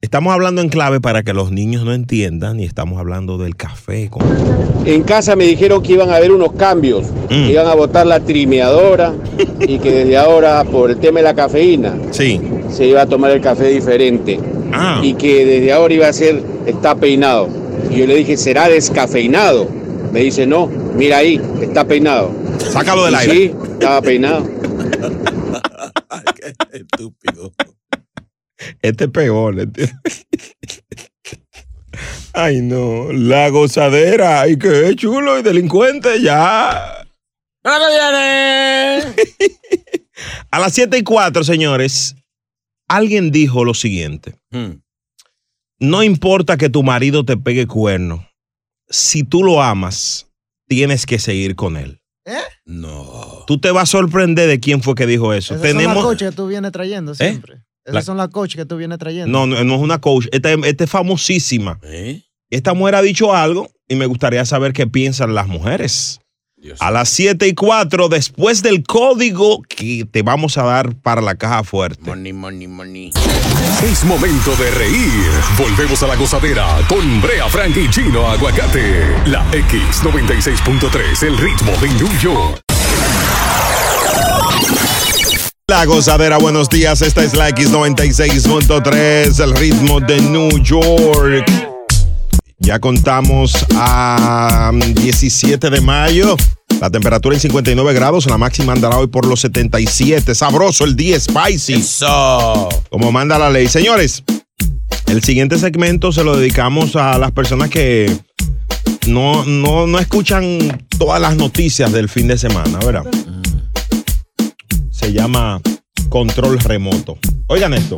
S1: Estamos hablando en clave para que los niños no entiendan y estamos hablando del café. con-
S4: En casa me dijeron que iban a haber unos cambios,
S3: Mm.
S4: que iban a botar la trimeadora y que desde ahora, por el tema de la cafeína, se iba a tomar el café diferente.
S1: Ah.
S4: Y que desde ahora iba a ser, está peinado. Y yo le dije, será descafeinado. Me dice, no, mira ahí, está peinado.
S1: Sácalo del
S4: Y
S1: aire.
S4: Sí, estaba peinado.
S1: Este es peor. este- Ay, no. La gozadera. Ay, qué chulo y delincuente ya. A las 7 y 4, señores, alguien dijo lo siguiente.
S5: Hmm.
S1: No importa que tu marido te pegue cuerno. Si tú lo amas, tienes que seguir con él.
S5: ¿Eh?
S1: No. Tú te vas a sorprender de quién fue que dijo eso.
S5: Esas son las
S1: Tenemos.
S5: coches que tú vienes trayendo
S1: ¿Eh?
S5: siempre. Esas
S1: La-
S5: son las coches que tú vienes trayendo.
S1: No, no, no es una coach. Esta, esta es famosísima. Esta mujer ha dicho algo y me gustaría saber qué piensan las mujeres. A las 7 y 4, después del código que te vamos a dar para la caja fuerte.
S3: Es momento de reír. Volvemos a la gozadera con Brea Frank y Chino Aguacate. La X96.3, el ritmo de New York.
S1: La gozadera, buenos días. Esta es la X96.3, el ritmo de New York. Ya contamos a mm, 17 de mayo. La temperatura en 59 grados, la máxima andará hoy por los 77. Sabroso el día, spicy. Como manda la ley. Señores, el siguiente segmento se lo dedicamos a las personas que no, no, no escuchan todas las noticias del fin de semana, ¿verdad? se llama control remoto. Oigan esto.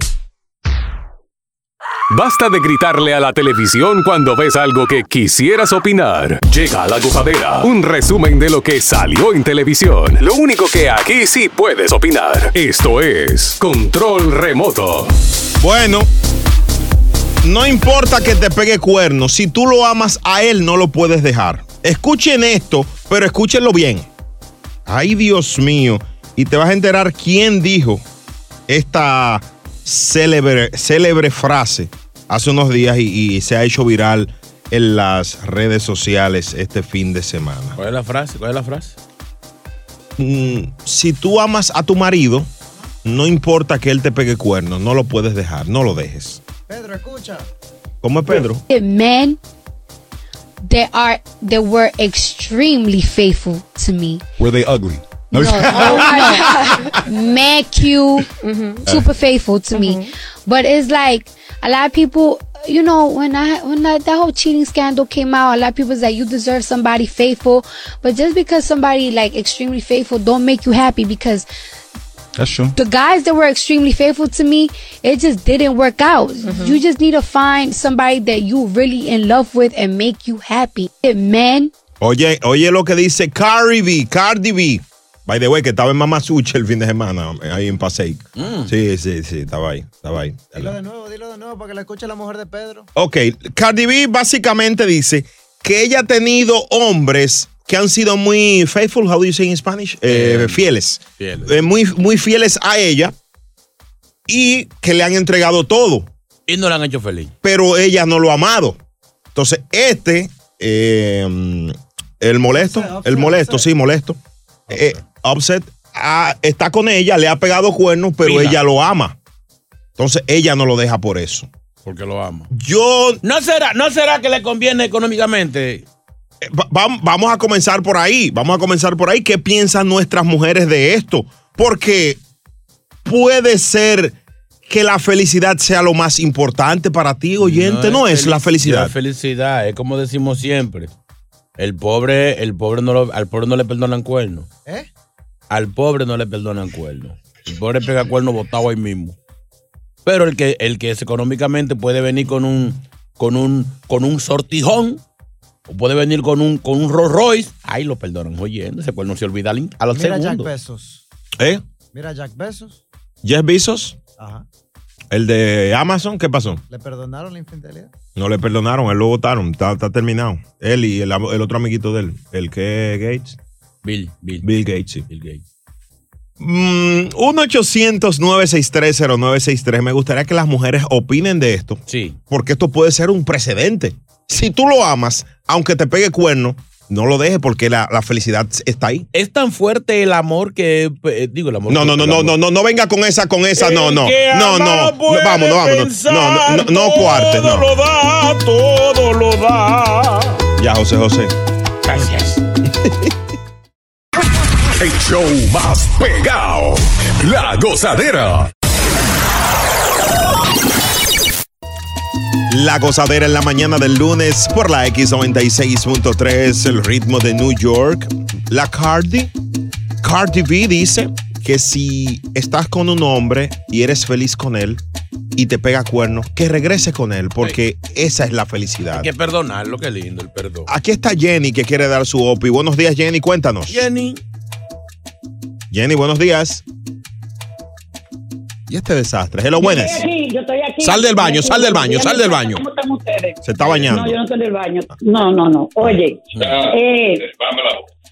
S3: Basta de gritarle a la televisión cuando ves algo que quisieras opinar. Llega a la gozadera. Un resumen de lo que salió en televisión. Lo único que aquí sí puedes opinar. Esto es Control Remoto.
S1: Bueno, no importa que te pegue cuerno, si tú lo amas a él no lo puedes dejar. Escuchen esto, pero escúchenlo bien. Ay, Dios mío, y te vas a enterar quién dijo esta célebre, célebre frase hace unos días y- y se ha hecho viral en las redes sociales este fin de semana.
S2: ¿Cuál es la frase? ¿Cuál es la frase?
S1: Mm, si tú amas a tu marido, no importa que él te pegue cuernos, no lo puedes dejar, no lo dejes.
S5: Pedro, escucha.
S1: ¿Cómo es Pedro?
S12: The men that are that were extremely faithful to me.
S13: Were they ugly? No,
S12: Oh no, mad cute, super faithful to me. But it's like a lot of people, you know, when I when that, that whole cheating scandal came out, a lot of people was like, you deserve somebody faithful. But just because somebody like extremely faithful, don't make you happy because
S13: That's true.
S12: the guys that were extremely faithful to me, it just didn't work out. You just need to find somebody that you really in love with and make you happy. Men,
S1: Oye, oye lo que dice Cardi B, Cardi B. By the way, que estaba en Mamasuche el fin de semana, ahí en Paseic. Sí, sí, sí, estaba ahí, estaba ahí.
S5: Dilo de nuevo, dilo de nuevo para que la escuche la mujer de Pedro.
S1: Ok, Cardi B básicamente dice que ella ha tenido hombres que han sido muy faithful, how do you say in Spanish? Eh, fieles.
S2: Fieles.
S1: Eh, muy, muy fieles a ella y que le han entregado todo,
S2: Y no la han hecho feliz.
S1: pero ella no lo ha amado. Entonces, este, eh, el molesto, el molesto, sí, molesto, eh, Offset, ah, está con ella, le ha pegado cuernos, pero
S2: Pila.
S1: ella lo ama. Entonces, ella no lo deja por eso.
S2: Porque lo ama.
S1: Yo.
S2: ¿No será, no será que le conviene económicamente?
S1: Eh, Va- vam- vamos a comenzar por ahí. Vamos a comenzar por ahí. ¿Qué piensan nuestras mujeres de esto? Porque puede ser que la felicidad sea lo más importante para ti, oyente. No, es, la
S2: No
S1: felicidad.
S2: es felicidad, es como decimos siempre. El pobre, el pobre no lo- al pobre no le perdonan cuernos.
S5: ¿Eh?
S2: Al pobre no le perdonan cuernos. El pobre pega cuernos botado ahí mismo. Pero el que, el que es económicamente puede venir con un, con un, con un sortijón, o puede venir con un, con un Rolls Royce, ahí lo perdonan, oyendo, ese cuerno se olvida al, a los
S5: Mira a Jack
S2: segundos.
S5: Bezos.
S1: ¿Eh?
S5: Mira a Jack Bezos.
S1: Jeff Bezos,
S5: Ajá.
S1: el de Amazon, ¿qué pasó?
S5: Le perdonaron la infidelidad.
S1: No le perdonaron, él lo votaron, está, está terminado. Él y el, am- el otro amiguito de él, el que es Gates.
S2: Bill, Bill.
S1: Bill Gates, Mm, sí.
S2: Bill Gates.
S1: 1-800-963-0963. Me gustaría que las mujeres opinen de esto.
S2: Sí.
S1: Porque esto puede ser un precedente. Si tú lo amas, aunque te pegue cuerno, no lo dejes porque la, la felicidad está ahí.
S2: Es tan fuerte el amor que, eh, digo, el amor.
S1: No, no, no,
S2: el
S1: no,
S2: amor.
S1: no, no, no venga con esa, con esa, no,
S2: El
S1: no,
S2: que
S1: no, no,
S2: ama
S1: no, vámonos, vámonos, no, no, no, no cuarte, no.
S2: Todo lo da, todo lo da.
S1: Ya, José José.
S2: Gracias.
S3: El show más pegado. La gozadera.
S1: La gozadera en la mañana del lunes por la X96.3, el ritmo de New York. La Cardi, Cardi B dice que si estás con un hombre y eres feliz con él y te pega cuerno, que regrese con él porque esa es la felicidad.
S2: Hay que perdonarlo, qué lindo el perdón.
S1: Aquí está Jenny que quiere dar su OPI. Buenos días Jenny, cuéntanos.
S2: Jenny.
S1: Jenny, buenos días. Y este desastre, hello, buenas.
S14: Yo estoy aquí, yo estoy aquí.
S1: Sal del baño,
S14: Estoy
S1: sal del
S14: aquí.
S1: baño, sal del baño.
S14: ¿Cómo están ustedes?
S1: Se está bañando. Ah.
S14: No, yo no estoy del baño. No, no, no. Oye, eh,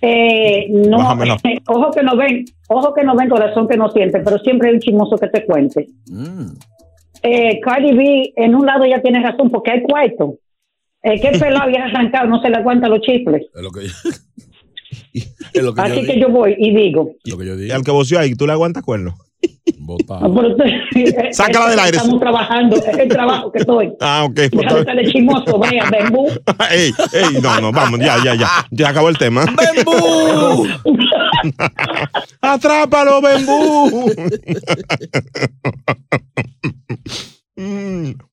S14: eh, no,
S1: Bájamela.
S14: eh, ojo que no ven, ojo que no ven, corazón que no sienten, pero siempre hay un chismoso que te cuente. Eh, Cardi B, en un lado ya tiene razón, porque hay cuarto. Eh, que el pelado ya arrancado, no se le aguanta los chifles.
S2: Es lo que yo. es lo que yo
S14: Así que
S2: digo.
S14: yo voy y digo.
S2: Lo que yo
S1: Y al que voció ahí, tú le aguantas cuerno.
S14: pero usted-
S1: Sácala del aire.
S14: Estamos trabajando, es el trabajo que estoy.
S1: Ah, ok. pues,
S14: Déjame estar de chismoso, vea, bembú.
S1: Ey, ey, no, no, vamos, ya, ya, ya. Ya acabó el tema.
S2: ¡Bembú!
S1: ¡Atrápalo, Bembú!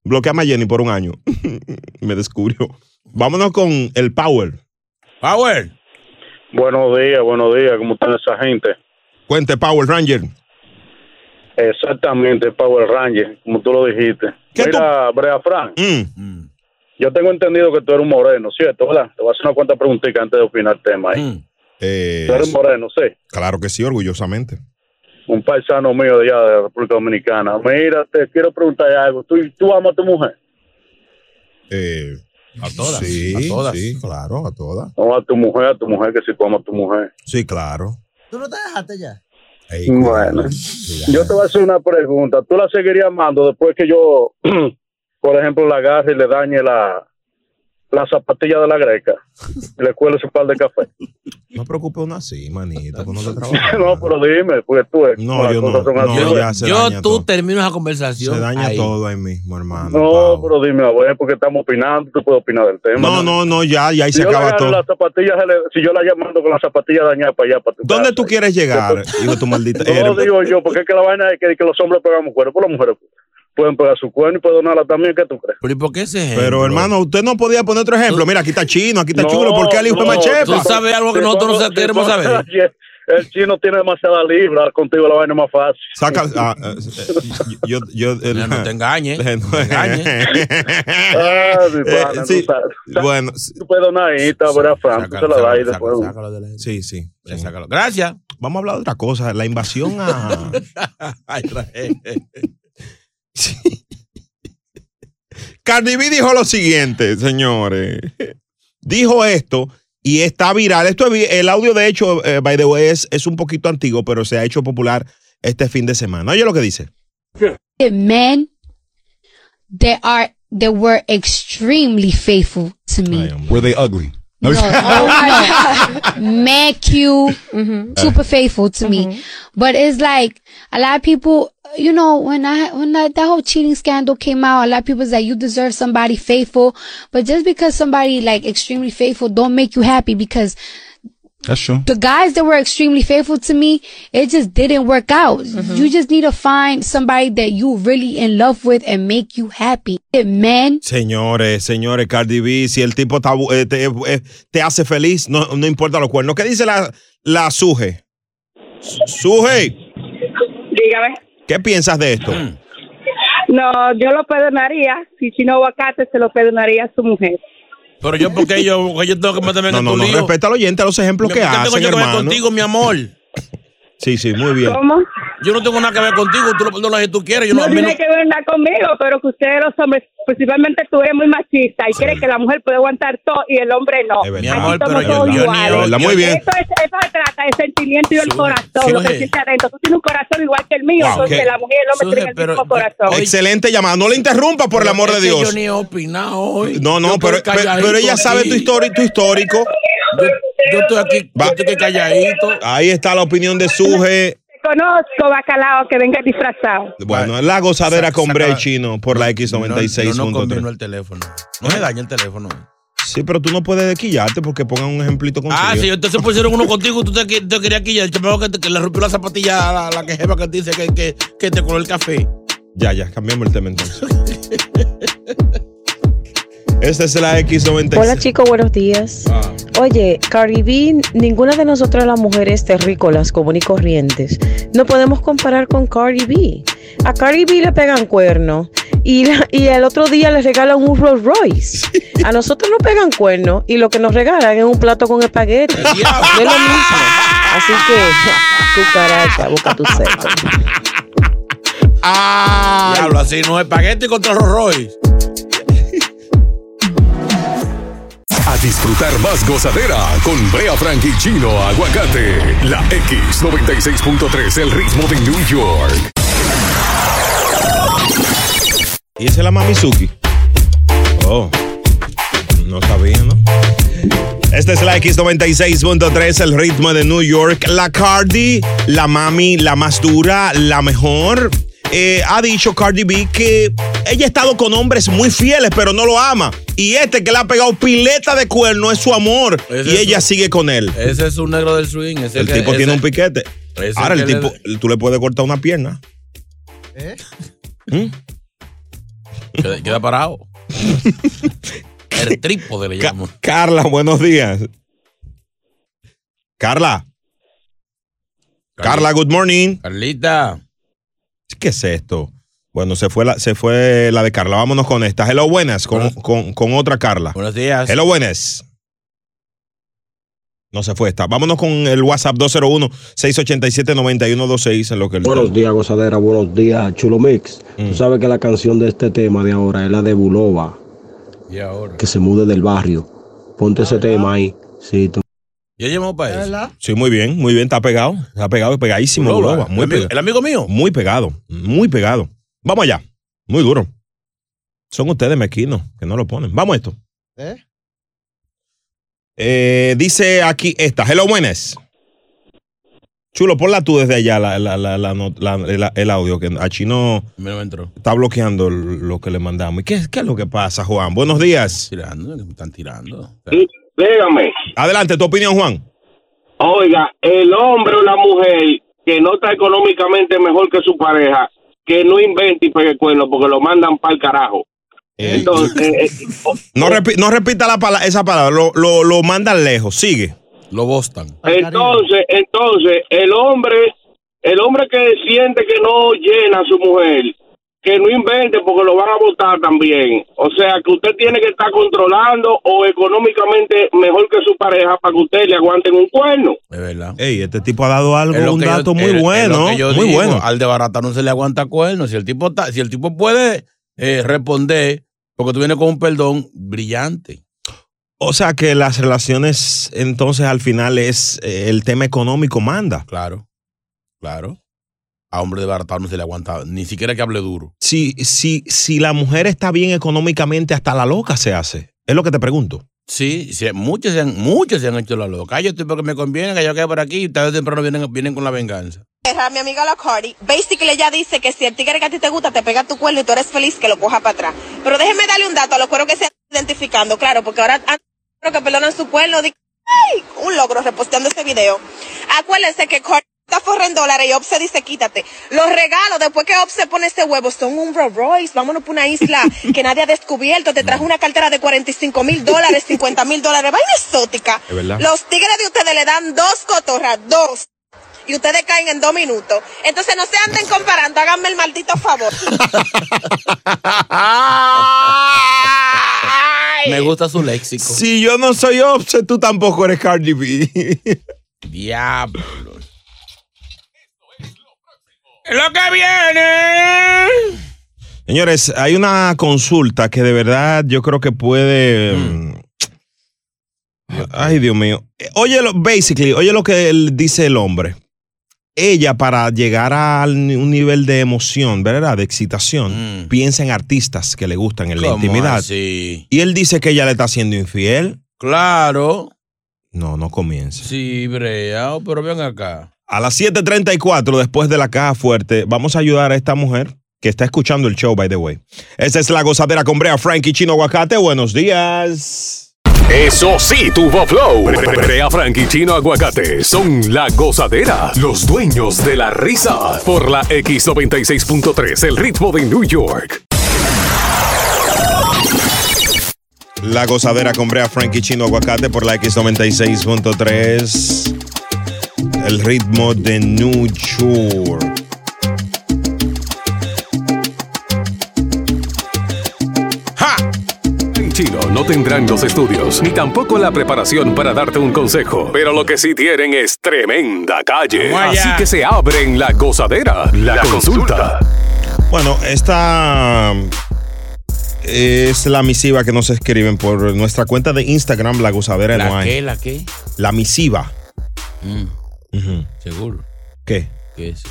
S1: Bloqueame a Jenny por un año. Me descubrió. Vámonos con el Power.
S2: Power.
S15: Buenos días, buenos días. ¿Cómo están esa gente?
S1: Cuente, Power Ranger.
S15: Exactamente, Power Ranger, como tú lo dijiste. Mira, Brea Frank,
S2: Mm.
S15: yo tengo entendido que tú eres un moreno, ¿cierto? ¿Verdad? Te voy a hacer una cuanta preguntita antes de opinar el tema ahí.
S2: Mm.
S1: Eh,
S15: Tú eres un moreno, sí.
S1: claro que sí, orgullosamente.
S15: Un paisano mío de allá de la República Dominicana. Mira, te quiero preguntar algo. ¿Tú, tú amas a tu mujer?
S1: Eh,
S2: a todas.
S1: Sí,
S15: a todas.
S1: sí, claro, a todas.
S15: No, a tu mujer, a tu mujer, que si tú amas a tu mujer.
S1: Sí, claro.
S5: ¿Tú no te dejaste ya?
S15: bueno, yo te voy a hacer una pregunta. ¿Tú la seguirías amando después que yo, por ejemplo, la agarre y le dañe la, la zapatilla de la greca y le cuelo su par de café.
S1: No preocupes uno así, manito, que uno se trabaja.
S15: no, pero dime, porque tú es.
S1: No, yo
S15: las cosas
S1: no.
S15: son así. pues.
S1: No, ya se
S2: Yo,
S1: daña
S2: tú
S1: todo.
S2: terminas la conversación.
S1: Se daña
S2: ahí.
S1: todo ahí mismo, hermano.
S15: No, pero dime, a ver, porque estamos opinando, tú puedes opinar del tema.
S1: No, no, no, ya, ya ahí
S15: Si
S1: se
S15: yo le
S1: acaba
S15: agarro
S1: todo.
S15: las zapatillas, ele- si yo la llamando con las zapatillas dañadas para allá, para tu
S1: ¿Dónde
S15: casa.
S1: tú quieres llegar, hijo de tu maldita?
S15: No lo digo yo, porque es que la vaina es que, que los hombres pegamos cuerpo, las mujeres pueden pegar su cuerno y perdonarla también, ¿qué tú crees?
S2: ¿Pero y por qué ese
S1: Pero hermano, usted no podía poner otro ejemplo. Mira, aquí está chino, aquí está
S15: No,
S1: chulo. ¿Por qué el hijo de
S15: no, si
S1: Machepa?
S15: tú- si tú- El chino tiene demasiada libra, contigo la vaina es más fácil.
S1: Saca. ah, eh, eh, yo, yo, no te
S2: engañes.
S1: No te
S15: Ah, mi pana, tú sabes.
S1: Eh, Bueno,
S15: Tú perdonadita, ¿verdad, Fran? Tú se la das y después.
S1: Sí, sí.
S2: sácalo. Gracias.
S1: Vamos a hablar de otra cosa. La invasión a.
S2: Ay, Rael.
S1: Cardi B dijo lo siguiente, señores. Dijo esto y está viral. Esto es vi- el audio, de hecho, eh, by the way, es, es un poquito antiguo, pero se ha hecho popular este fin de semana. Oye lo que dice.
S12: The men that are that were extremely faithful to me.
S16: Were they ugly? No,
S12: Mad cute, super faithful to me. But it's like a lot of people, you know, when I when that, that whole cheating scandal came out, a lot of people said you deserve somebody faithful. But just because somebody like extremely faithful don't make you happy because
S16: That's true.
S12: the guys that were extremely faithful to me, it just didn't work out. You just need to find somebody that you really in love with and make you happy. Men,
S1: Señores, señores, Cardi B, si el tipo está bu- eh, te, eh, te hace feliz, no, no importa los cuernos. ¿Qué dice la, la Suje? Su- Suje,
S11: Dígame.
S1: ¿qué piensas de esto?
S11: No, yo lo perdonaría. Si Chino Aguacate se lo perdonaría a su mujer.
S2: Pero yo, ¿por qué yo, porque yo tengo que meterme en
S1: No, no,
S2: tu
S1: no,
S2: lío?
S1: respeta al oyente, a los ejemplos
S2: Yo-
S1: que
S2: ¿por qué tengo
S1: hacen,
S2: yo que ver
S1: hermano.
S2: contigo, mi amor?
S1: Sí, sí, muy bien.
S2: Yo no tengo nada que ver contigo, tú lo perdonas si tú quieres. Yo no,
S11: no
S2: a mí no-
S11: tiene que ver nada conmigo, pero que ustedes los hombres, principalmente tú eres muy machista y crees que la mujer puede aguantar todo y el hombre no.
S2: Mi amor,
S11: Aquí
S2: pero
S11: somos
S2: yo-
S11: todos
S2: yo ni-
S11: iguales.
S2: yo- Habla muy bien.
S11: Esto, es- eso se trata del sentimiento y el corazón, lo que
S1: Suje.
S11: siente adentro. Tú tienes un corazón igual que el mío,
S1: Wow,
S11: entonces
S1: qué-
S11: la mujer y el hombre tienen el mismo corazón.
S1: Excelente llamada. No le interrumpa, por el amor
S2: Es
S1: de
S2: que
S1: Dios.
S2: Yo ni he opinado hoy.
S1: No, no,
S2: Yo
S1: pero,
S2: estoy
S1: pero-
S2: calladito
S1: pero ella sabe
S2: aquí.
S1: tu, histori- tu histórico.
S2: Yo, yo estoy aquí, yo estoy aquí calladito.
S1: Ahí está la opinión de Suje.
S11: Te conozco, bacalao, que venga disfrazado.
S1: Bueno, la gozadera con Bray Chino por la X96.3.
S2: No, no combino el teléfono. No me daña el teléfono.
S1: Sí, pero tú no puedes quillarte porque pongan un ejemplito contigo.
S2: Ah, si entonces pusieron uno contigo, tú te, qui- te querías quillar. El chamaco que, te- que le rompió la zapatilla a la, la que jefa que dice que, que, que te coló el café.
S1: Ya, ya, cambiamos el tema entonces. Esta es la X96. Ah.
S17: Hola chicos, buenos días. Oye, Cardi B, ninguna de nosotras las mujeres terrícolas común y corrientes no podemos comparar con Cardi B. A Cardi B le pegan cuerno y, la- y el otro día le regalan un Rolls Royce. A nosotros no pegan cuerno y lo que nos regalan es un plato con espagueti. No es lo mismo. Así que, cucaracha, boca tu seco.
S2: Ah, Diablo, así no espagueti contra Rolls Royce.
S3: A disfrutar más gozadera con Brea Frank y Chino Aguacate. La X96.3, el ritmo de New York.
S1: Y esa es la Mamizuki. Oh, no sabía, ¿no? Esta es la X96.3, el ritmo de New York. La Cardi, la mami, la más dura, la mejor. eh, ha dicho Cardi B que ella ha estado con hombres muy fieles, pero no lo ama. Y este que le ha pegado pileta de cuerno es su amor.
S2: Ese
S1: y
S2: es
S1: ella
S2: su-
S1: sigue con él.
S2: Ese es un negro del swing. Ese
S1: El
S2: que-
S1: tipo
S2: ese-
S1: tiene un piquete.
S2: ese
S1: Ahora, el
S2: que le-
S1: tipo, tú le puedes cortar una pierna.
S5: ¿Eh?
S2: Queda, queda parado. el trípode le llamo.
S1: Carla, buenos días. Carla. Carla, good morning.
S2: Carlita.
S1: ¿Qué es esto? Bueno, se fue la, se fue la de Carla. Vámonos con esta. Hello, buenas. Con, con- con otra Carla.
S2: Buenos días.
S1: Hello, buenas. No se fue esta. Vámonos con el WhatsApp 201-687-9126 en lo que el-
S4: Buenos días, gozadera, buenos días, Chulo Mix.
S1: Mm.
S4: Tú sabes que la canción de este tema de ahora es la de Bulova,
S2: Y ahora.
S4: que se mude del barrio. Ponte ese tema ahí. Sí, tú-
S2: ¿Ya llamó para eso?
S1: Sí, muy bien, muy bien. Está pegado. Está pegado, pegadísimo.
S2: Loba,
S1: Loba. Muy
S2: el amigo-
S1: pega-
S2: el amigo mío.
S1: Muy pegado, muy pegado. Vamos allá. Muy duro. Son ustedes mequinos que no lo ponen. Vamos a esto.
S5: ¿Eh?
S1: Eh, dice aquí esta. Hello, buenas. Chulo, ponla tú desde allá la- la- la- la not- la- la- el audio, que a Chino
S2: Mira, me entró.
S1: está bloqueando lo que le mandamos. ¿Y qué, qué es lo que pasa, Juan? Buenos días.
S2: Tirando, Ah, me están tirando.
S18: Dígame.
S1: Adelante, tu opinión, Juan.
S18: Oiga, el hombre o la mujer que no está económicamente mejor que su pareja, que no invente y pegue cuerno porque lo mandan para el carajo. Entonces, eh,
S1: No, repi- no repita la pala- esa palabra, lo, lo, lo mandan lejos, sigue.
S2: Lo bostan.
S18: entonces, entonces, el hombre, el hombre que siente que no llena a su mujer, que no invente porque lo van a votar también. O sea, que usted tiene que estar controlando o económicamente mejor que su pareja para que usted le aguanten un cuerno.
S2: Es verdad.
S1: Ey, este tipo ha dado
S2: Ah. Es
S1: algo,
S2: lo
S1: un
S2: que yo-
S1: dato
S2: es-
S1: muy
S2: es lo
S1: bueno.
S2: que yo
S1: Muy
S2: digo,
S1: bueno.
S2: Al de barata no se le aguanta cuerno. Si el tipo, está- si el tipo puede eh, responder, porque tú vienes con un perdón brillante.
S1: O sea que las relaciones, entonces al final es eh, el tema económico manda.
S2: Claro, claro. A hombre de barata no se le aguanta, ni siquiera que hable duro.
S1: Si, si, si la mujer está bien económicamente, hasta la loca se hace. Es lo que te pregunto.
S2: Sí, sí, muchos, se han, muchos se han hecho la loca. Ay, yo estoy porque me conviene, que yo quede por aquí y tarde o temprano vienen, vienen con la venganza.
S19: Era mi amiga la Cardi. Basically ella dice que si el tigre que a ti te gusta te pega tu cuerno y tú eres feliz, que lo coja para atrás. Pero déjeme darle un dato a los cueros que se han identificando, claro, porque ahora han cueros que perdonan su cuerno. di- ¡Ay! Un logro reposteando ese video. Acuérdense que Cardi está forra en dólares y Opse dice quítate. Los regalos después que Opse pone ese huevo son un Rolls Royce. Vámonos por una isla que nadie ha descubierto. Te trajo una cartera de 45 mil dólares, 50 mil dólares. Vaina exótica.
S20: Es verdad.
S19: Los tigres de ustedes le dan dos cotorras, dos y ustedes caen en dos minutos. Entonces no se anden comparando, háganme el maldito favor.
S2: Me gusta su léxico.
S1: Si yo no soy Offset, tú tampoco eres Cardi B.
S2: Diablo.
S10: Lo que viene.
S1: Señores, hay una consulta que de verdad yo creo que puede. mm, Ay, Dios mío. Eh, Oye, lo, basically, oye lo que él dice el hombre. Ella, para llegar a un nivel de emoción, ¿verdad? De excitación, piensa en artistas que le gustan en la
S2: ¿Cómo Ah,
S1: intimidad.
S2: así?
S1: Y él dice que ella le está siendo infiel.
S2: Claro.
S1: No, no comienza.
S2: Sí, breao, pero ven acá.
S1: A las 7:34, después de la caja fuerte, vamos a ayudar a esta mujer que está escuchando el show, by the way. Esa es la gozadera con Brea Frank y Chino Aguacate. Buenos días.
S3: Eso sí, tuvo flow. Brea Frank y Chino Aguacate son la gozadera, los dueños de la risa. Por la X96.3, el ritmo de New York.
S1: La gozadera con Brea Frank y Chino Aguacate por la X96.3. El ritmo de New York.
S3: En Chino no tendrán los estudios, ni tampoco la preparación para darte un consejo. Pero lo que sí tienen es tremenda calle.
S1: Vamos allá.
S3: Así que se abren la gozadera, la, consulta.
S1: Bueno, esta es la misiva que nos escriben por nuestra cuenta de Instagram, La Gozadera no
S2: ¿La
S1: hay.
S2: qué? ¿La qué?
S1: La misiva.
S2: Mm,
S1: Ujú.
S2: Seguro.
S1: ¿Qué?
S2: ¿Qué es? eso?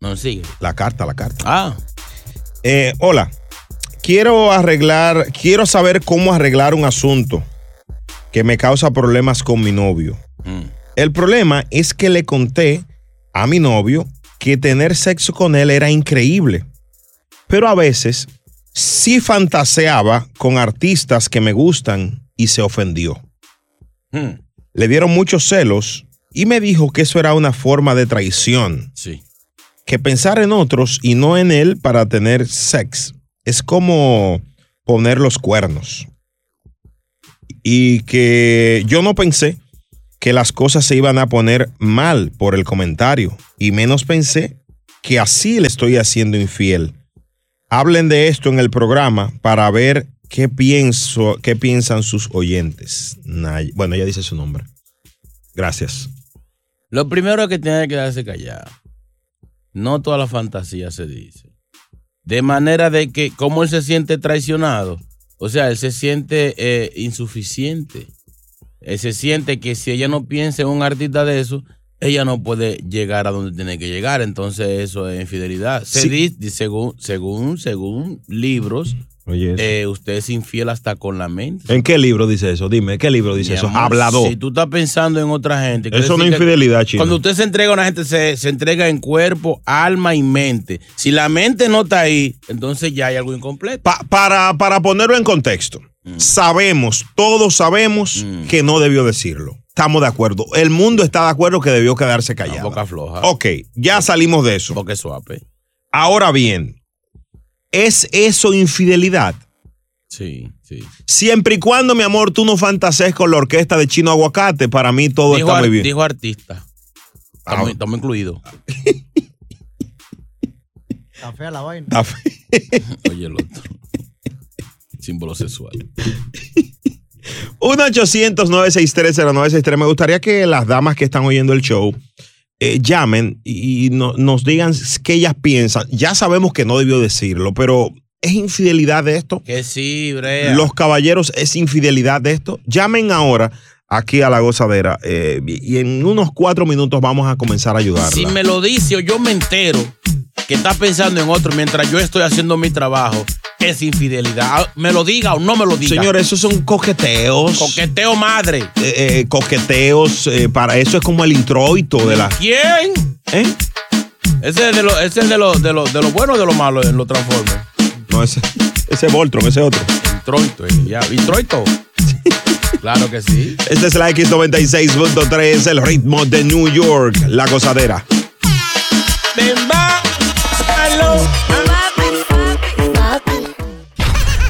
S2: No, sigue.
S1: La carta, la carta. Eh,
S2: Ah.
S1: hola. Quiero arreglar, quiero saber cómo arreglar un asunto que me causa problemas con mi novio. El problema es que le conté a mi novio que tener sexo con él era increíble. Pero a veces sí fantaseaba con artistas que me gustan y se ofendió. Hmm, Le dieron muchos celos y me dijo que eso era una forma de traición.
S2: Sí.
S1: Que pensar en otros y no en él para tener sex es como poner los cuernos. Y que yo no pensé que las cosas se iban a poner mal por el comentario y menos pensé que así le estoy haciendo infiel. Hablen de esto en el programa para ver qué pienso, qué piensan sus oyentes. Nay- bueno, ella dice su nombre. Gracias.
S2: Lo primero que tiene que quedarse callado. No toda la fantasía se dice. De manera de que, como él se siente traicionado, o sea, él se siente eh, insuficiente. Él se siente que si ella no piensa en un artista de eso, ella no puede llegar a donde tiene que llegar. Entonces, eso es infidelidad. Se dice, según, según, según libros, eh, usted es infiel hasta con la mente.
S1: ¿En qué libro dice eso? Dime, ¿en qué libro dice
S2: Mi
S1: eso?
S2: amor,
S1: Hablado.
S2: Si tú estás pensando en otra gente. quiere
S1: Eso no
S2: decir
S1: es
S2: que
S1: infidelidad, chino.
S2: Cuando usted se entrega a una gente, se, se entrega en cuerpo, alma y mente. Si la mente no está ahí, entonces ya hay algo incompleto.
S1: Pa- para, para ponerlo en contexto,
S2: Mm.
S1: sabemos, todos sabemos que no debió decirlo. Estamos de acuerdo. El mundo está de acuerdo que debió quedarse callado.
S2: Boca floja.
S1: Ok, ya salimos de eso.
S2: Ah, Porque suape.
S1: Ahora bien, ¿es eso infidelidad?
S2: Sí, sí.
S1: Siempre y cuando, mi amor, tú no fantasees con la orquesta de Chino Aguacate, para mí todo
S2: dijo,
S1: está
S2: ar-
S1: muy bien. Ah.
S2: dijo artista. Estamos, estamos incluidos.
S5: Está fea la vaina.
S1: Está fe-
S2: Oye, el otro. Símbolo sexual.
S1: 1-800-963-0963. Me gustaría que las damas que están oyendo el show eh, llamen y, y no- nos digan qué ellas piensan. Ya sabemos que no debió decirlo, pero ¿es infidelidad de esto?
S2: Que sí, Brea.
S1: Los caballeros, ¿es infidelidad de esto? Llamen ahora aquí a la gozadera eh, y en unos cuatro minutos vamos a comenzar a ayudarla.
S2: Si me lo dice o yo me entero que está pensando en otro mientras yo estoy haciendo mi trabajo, es infidelidad. Ah, Me lo diga o no me lo diga.
S1: Señores, esos son coqueteos.
S2: Coqueteo madre.
S1: Eh, eh, coqueteos, eh, para eso es como el introito de la...
S2: ¿Quién?
S1: ¿Eh?
S2: Ese es de lo, ese es de lo, de lo, de lo bueno o de lo malo en los transformes.
S1: No, ese, ese es Voltron, ese es otro.
S2: Introito, eh, ya. Introito.
S1: Ah,
S2: claro que sí.
S1: Esta Este es la X96.3, el ritmo de New York, la gozadera.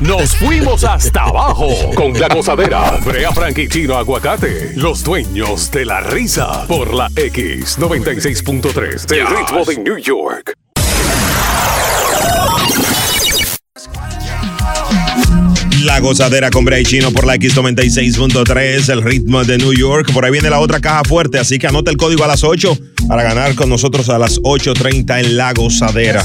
S3: Nos fuimos hasta abajo con la gozadera. Brea Frank y Chino Aguacate, los dueños de la risa por la X96.3, el ritmo de New York.
S1: La gozadera con Bray Chino por la X96.3, el ritmo de New York. Por ahí viene la otra caja fuerte, así que anota el código a las 8 para ganar con nosotros a las 8.30 en la gozadera.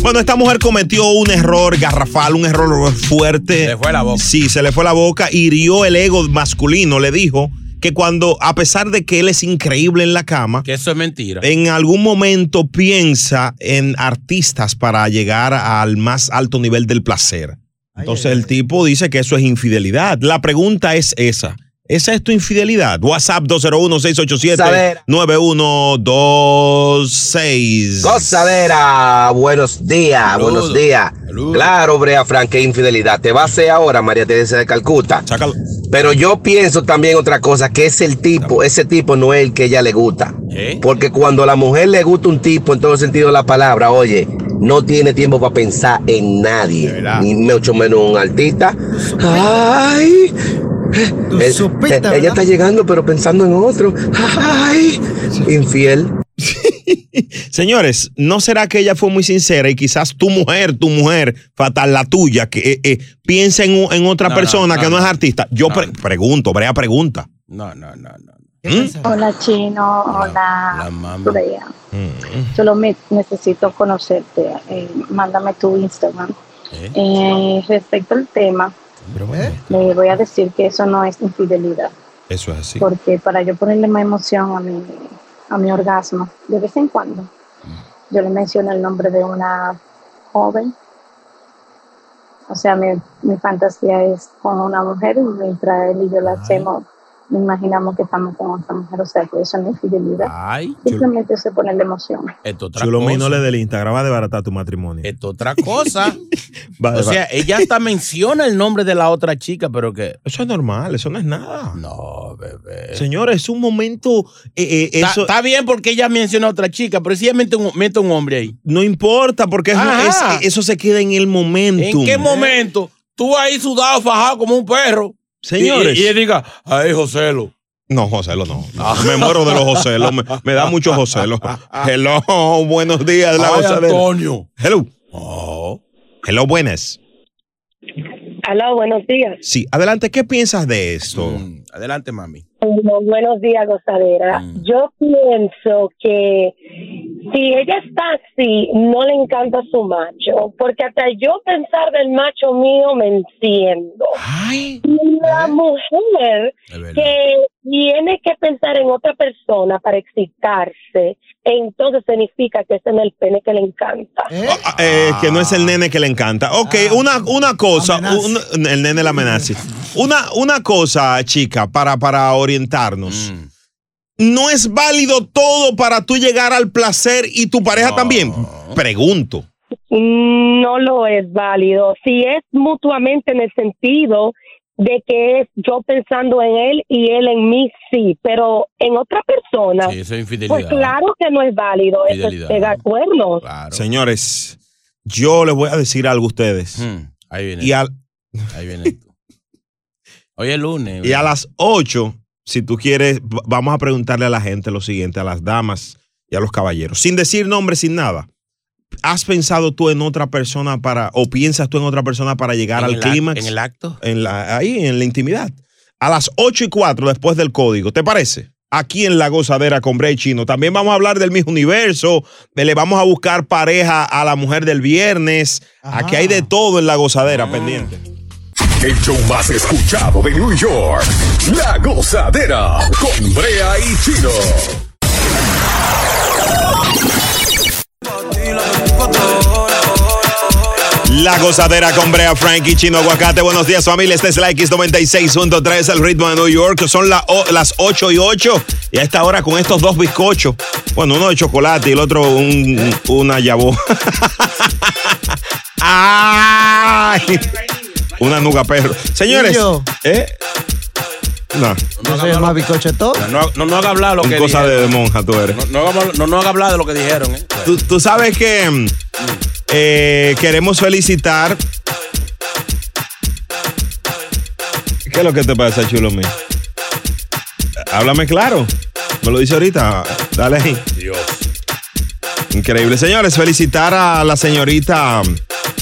S1: Bueno, esta mujer cometió un error garrafal, un error fuerte. Se le fue la boca. Sí, se le fue la boca, hirió el ego masculino, le dijo que cuando, a pesar de que él es increíble en la cama,
S2: Que eso es mentira.
S1: en algún momento piensa en artistas para llegar al más alto nivel del placer. Entonces el tipo dice que eso es infidelidad. La pregunta es esa. ¿Esa es tu infidelidad? WhatsApp 201-687-9126.
S4: Gozadera, buenos días, buenos días. Claro, Brea Frank, qué infidelidad. Te va a hacer ahora, María Teresa de Calcuta. Pero yo pienso también otra cosa, que es el tipo, ese tipo no es el que ella le gusta. Porque cuando a la mujer le gusta un tipo, en todo el sentido de la palabra, oye, no tiene tiempo para pensar en nadie, ni mucho menos un artista. Ay, eh, eh, ella está llegando, pero pensando en otro. Ay, infiel.
S1: Señores, ¿no será que ella fue muy sincera y quizás tu mujer, tu mujer, fatal, la tuya, que eh, eh, piensa en, u- en otra
S2: No,
S1: persona
S2: no,
S1: que
S2: no.
S1: no es artista? Yo pre- pregunto, Brea pregunta.
S2: No, no, no. no.
S20: Hola chino, hola Brea. Solo me- necesito conocerte. eh, mándame tu Instagram. Eh, respecto al tema, le voy a decir que eso no es infidelidad,
S1: Eso es así.
S20: porque para yo ponerle más emoción a mi, a mi orgasmo, de vez en cuando, yo le menciono el nombre de una joven. O sea, mi, mi fantasía es con una mujer y mientras él y yo la hacemos, imaginamos que estamos con otra mujer. O sea, que eso no es infidelidad. Simplemente eso es ponerle emoción.
S2: Esto otra
S1: Chulomino
S2: cosa.
S1: le del Instagram va a desbaratar tu matrimonio.
S2: Esto otra cosa.
S1: Vale,
S2: o sea,
S1: vale.
S2: ella hasta menciona el nombre de la otra chica, pero que.
S1: Eso es normal, eso no es nada.
S2: No, bebé.
S1: Señores, es un momento. eh, eh,
S2: Está,
S1: eso-
S2: está bien porque ella menciona a otra chica, pero si ella mete un, mete un hombre ahí.
S1: No importa, porque es-
S2: Ajá.
S1: es- eso se queda en el momento.
S2: ¿En qué momento? Tú ahí sudado, fajado como un perro.
S1: Señores.
S2: Y, y- y diga, ay, Joselo.
S1: No, Joselo, no. Ah, Me muero de los Joselos. Me, me da mucho Joselo. Hello, buenos días. La
S2: Ay,
S1: gozadera.
S2: Antonio. Oh.
S1: Hello. Hello, buenas.
S21: Aló, buenos días.
S1: Sí, adelante, ¿qué piensas de esto?
S2: Mm. adelante, mami.
S21: Bueno, buenos días, gozadera. Yo pienso que si ella está así, no le encanta su macho, porque hasta yo pensar del macho mío me enciendo. Y la mujer que tiene que pensar en otra persona para excitarse, entonces significa que es en el pene que le encanta.
S1: Ah, eh, que no es el nene que le encanta. Ok, una, una cosa, un- el nene la amenaza. Una, una cosa, chica, para, para orientarnos.
S2: Mm.
S1: No es válido todo para tú llegar al placer y tu pareja también. Pregunto.
S21: No lo es válido. Si es mutuamente en el sentido de que es yo pensando en él y él en mí, sí, pero en otra persona,
S2: Sí, eso es infidelidad.
S21: pues claro que no es válido. Eso es
S1: Fidelidad.
S21: pegar cuernos.
S1: Señores, yo les voy a decir algo a ustedes.
S2: Mm. ahí viene.
S1: Y al,
S2: Ahí viene esto. Hoy es lunes.
S1: Y a las 8, si tú quieres, v- vamos a preguntarle a la gente lo siguiente, a las damas y a los caballeros, sin decir nombres, sin nada. ¿Has pensado tú en otra persona para, o piensas tú en otra persona para llegar
S2: ¿En
S1: al
S2: el ac-
S1: clímax?
S2: en el acto?
S1: En la, ahí, en la intimidad. A las 8 y 4 después del código, ¿te parece? Aquí en La Gozadera con Bray Chino. También vamos a hablar del mismo universo. Eh, Le vamos a buscar pareja a la mujer del viernes. Aquí hay de
S2: Ah.
S1: todo en La Gozadera, pendiente.
S3: El show más escuchado de New York. La gozadera con Brea y Chino.
S1: La gozadera con Brea Frankie Chino Aguacate. Buenos días, familia. Este es la X96.3, el ritmo de New York. Son la o- las 8 y 8. Y a esta hora con estos dos bizcochos. Bueno, uno de chocolate y el otro un- una yabó. ¡Ay! Una nuga perro. Señores.
S5: Niño.
S1: ¿eh? No.
S5: ¿No se llama bizcochetón?
S2: No, no, no haga hablar lo
S1: Un
S2: que
S1: cosa
S2: dijeron.
S1: de monja tú eres.
S2: No, no haga- no, no haga hablar de lo que dijeron. ¿eh?
S1: Tú, tú sabes que mm, eh, queremos felicitar. ¿Qué es lo que te pasa, chulo mío? Háblame claro. Me lo dice ahorita. Dale ahí.
S2: Dios.
S1: Increíble. Señores, felicitar a la señorita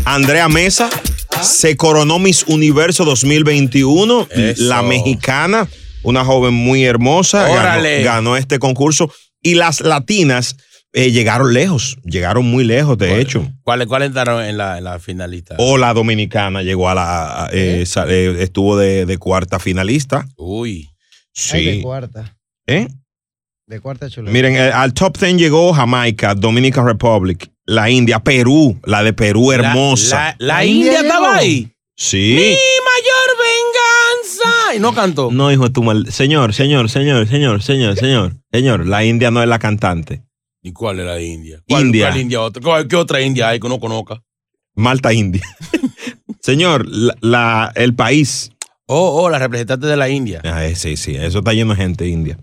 S1: Andrea Mesa. Se coronó Miss Universo 2021, la mexicana, una joven muy hermosa, ganó,
S2: Órale.
S1: ganó este concurso y las latinas eh, llegaron lejos, llegaron muy lejos, de hecho.
S2: ¿Cuáles cuáles entraron en la, en la finalista?
S1: O la dominicana llegó a la, a- eh, sa- eh, estuvo de, de cuarta finalista.
S2: Uy.
S1: Sí.
S5: Ay, de cuarta.
S1: ¿Eh?
S5: De cuarta chuleta.
S1: Miren, eh, al top 10 llegó Jamaica, Dominican Republic, la India, Perú, la de Perú hermosa.
S2: La, la India estaba ahí.
S1: Sí.
S2: mayor venganza. Y no cantó.
S1: No, hijo de tu mal. Señor, señor, señor, señor, señor, señor. Señor, la India no es la cantante.
S2: ¿Y cuál era la India? ¿Cuál,
S1: India.
S2: cuál India otra? ¿Cuál- ¿Qué otra India hay que no conozca?
S1: Malta India. señor, la, la- el país. Ah, eh,
S2: Oh, oh, la representante de la India. Mm.
S1: sí, sí, eso está lleno de gente india.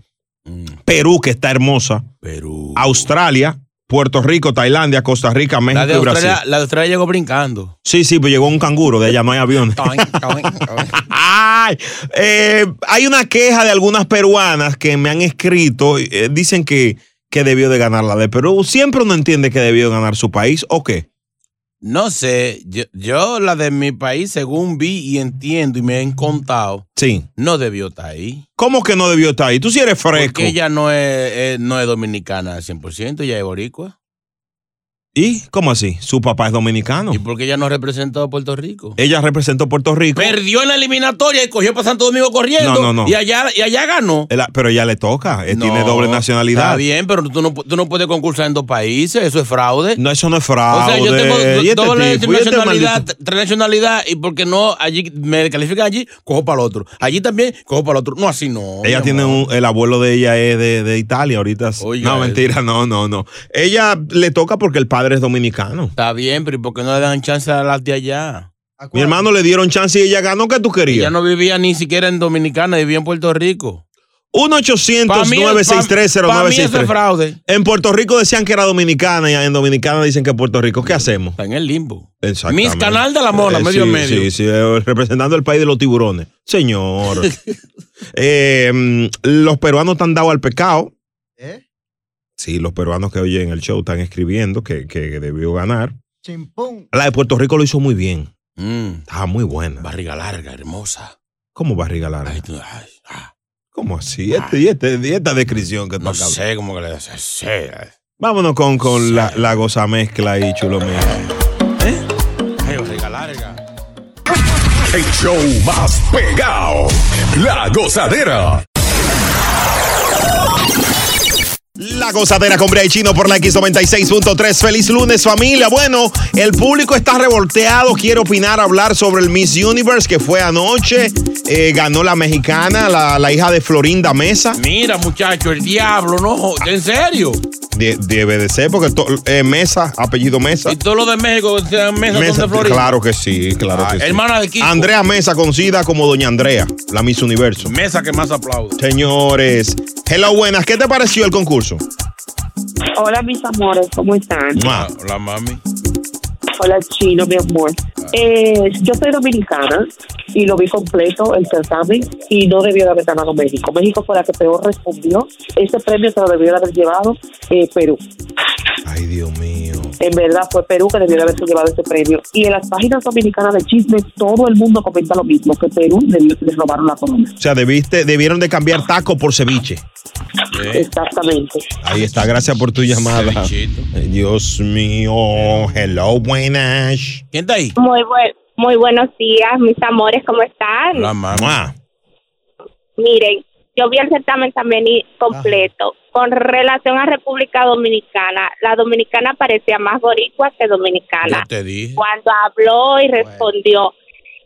S1: Perú, que está hermosa. Perú. Australia, Puerto Rico, Tailandia, Costa Rica, México
S2: La de,
S1: y Brasil.
S2: Australia, la de Australia llegó brincando.
S1: Sí, sí, pues llegó un canguro, de allá no hay aviones. Ay, eh, hay una queja de algunas peruanas que me han escrito, eh, dicen que, que debió de ganar la de Perú. Siempre uno entiende que debió ganar su país o qué.
S2: No sé, yo, yo la de mi país, según vi y entiendo y me han contado,
S1: Sí.
S2: no debió estar ahí.
S1: ¿Cómo que no debió estar ahí? Tú sí eres fresco.
S2: Porque ella no es, es- no es dominicana al 100%, ella es boricua.
S1: ¿Y cómo así? Su papá es dominicano.
S2: Porque ella no representó a Puerto Rico.
S1: Ella representó Puerto Rico.
S2: Perdió en la eliminatoria y cogió para Santo Domingo corriendo.
S1: No, no, no.
S2: Y allá, y allá ganó.
S1: Él- pero ya le toca, él tiene
S2: No,
S1: doble
S2: Está
S1: nacionalidad.
S2: bien, pero tú no, pu- tú no puedes concursar en dos países, eso es fraude.
S1: No, eso no es
S2: O
S1: fraude.
S2: sea, yo tengo do-
S1: ¿Y este
S2: doble
S1: tipo? ¿Y este
S2: nacionalidad,
S1: maldito?
S2: tres nacionalidades, y porque no, allí me califican allí, cojo para el otro. Allí también, cojo para el otro. No, así no.
S1: Ella
S2: mi
S1: tiene
S2: amor.
S1: un, el abuelo de ella es de, de Italia ahorita. no, mentira, no, no, no. Ella le toca porque el padre es dominicano.
S2: Está bien, pero ¿y por qué no le dan chance a las de allá?
S1: Mi hermano le dieron chance y ella ganó que tú
S2: Ella
S1: querías.
S2: no vivía ni siquiera en Dominicana, vivía en Puerto Rico.
S1: 1
S2: Pa' mí-
S1: 800
S2: pa' mí eso es fraude.
S1: En Puerto Rico decían que era dominicana y en Dominicana dicen que es Puerto Rico. ¿Qué hacemos?
S2: Está en el limbo.
S1: Exactamente.
S2: Miss Canal de la Mona, medio
S1: sí,
S2: a medio.
S1: Sí, sí, eh, representando el país de los tiburones. Señor. Eh, mm, los peruanos están dados al pecado.
S5: ¿Eh?
S1: Sí, los peruanos que oyen el show están escribiendo que, que debió ganar.
S5: Chimpún.
S1: La de Puerto Rico lo hizo muy bien. Estaba muy buena.
S2: Barriga larga, hermosa.
S1: ¿Cómo barriga larga?
S2: ah.
S1: ¿Cómo así? Este- y, este- y esta descripción que tú
S2: No
S1: acabas-
S2: sé cómo que le hace.
S1: Vámonos con, con la, la gozamezcla y chulo mío.
S3: El show más pegado. La gozadera.
S1: La gozadera con Brea y Chino por la X96.3. Feliz lunes, familia. Bueno, el público está revolteado. Quiere opinar, hablar sobre el Miss Universe que fue anoche. Eh, ganó la mexicana, la, la hija de Florinda Mesa.
S2: Mira, muchacho, el diablo, ¿no? ¿En serio?
S1: De- debe de ser, porque to- eh, Mesa, apellido Mesa.
S2: Y todo lo de México, o sea, Mesa, son de Florida.
S1: claro que sí, claro
S2: Ah,
S1: que sí.
S2: hermana de Kiko.
S1: Andrea Mesa, conocida como Doña Andrea, la Miss Universo.
S2: Mesa que más aplaudo.
S1: Señores, hello, buenas. ¿Qué te pareció el concurso?
S7: Hola, mis amores, ¿cómo están?
S1: Ma.
S2: Hola, mami.
S7: Hola, chino, mi amor. Eh, yo soy dominicana y lo vi completo el certamen y no debió de haber ganado México. México fue la que peor respondió. Ese premio se lo debió de haber llevado eh, Perú. En verdad fue Perú que debió de haberse llevado ese premio. Y en las páginas dominicanas de chisme, todo el mundo comenta lo mismo, que Perú debió- les robaron la corona.
S1: O sea, debiste, debieron de cambiar taco por ceviche.
S7: Exactamente.
S1: Ahí está, gracias por tu llamada. Eh, Dios mío, hello, buenas.
S2: ¿Quién está ahí?
S8: Muy, buen, muy buenos días, mis amores, ¿cómo están?
S1: mamá.
S8: Miren, yo vi el certamen también y completo. Con relación a República Dominicana, la dominicana parecía más boricua que dominicana.
S2: Te dije.
S8: Cuando habló y respondió.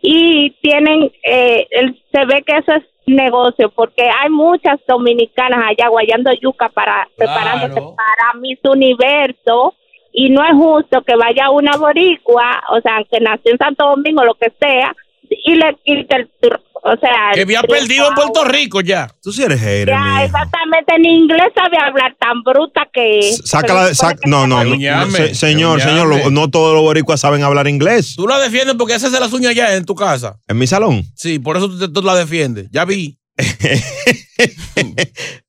S8: Y tienen, eh, el- se ve que eso es negocio, porque hay muchas dominicanas allá guayando yuca para preparándose para Miss Universo. Y no es justo que vaya una boricua, o sea, aunque nació en Santo Domingo, lo que sea, y le quite el... tur- O sea,
S2: Que había
S8: el-
S2: perdido en Puerto Rico ya.
S1: Tú sí eres hater,
S8: ya, exactamente, ni inglés sabe hablar tan bruta que es.
S1: Sácala de. sac- no, no, no.
S2: Ñame,
S1: Se- señor, señor, lo- no todos los boricuas saben hablar inglés.
S2: Tú la defiendes porque haces las uñas ya en tu casa.
S1: En mi salón.
S2: Sí, por eso tú, te- tú la defiendes. Ya vi.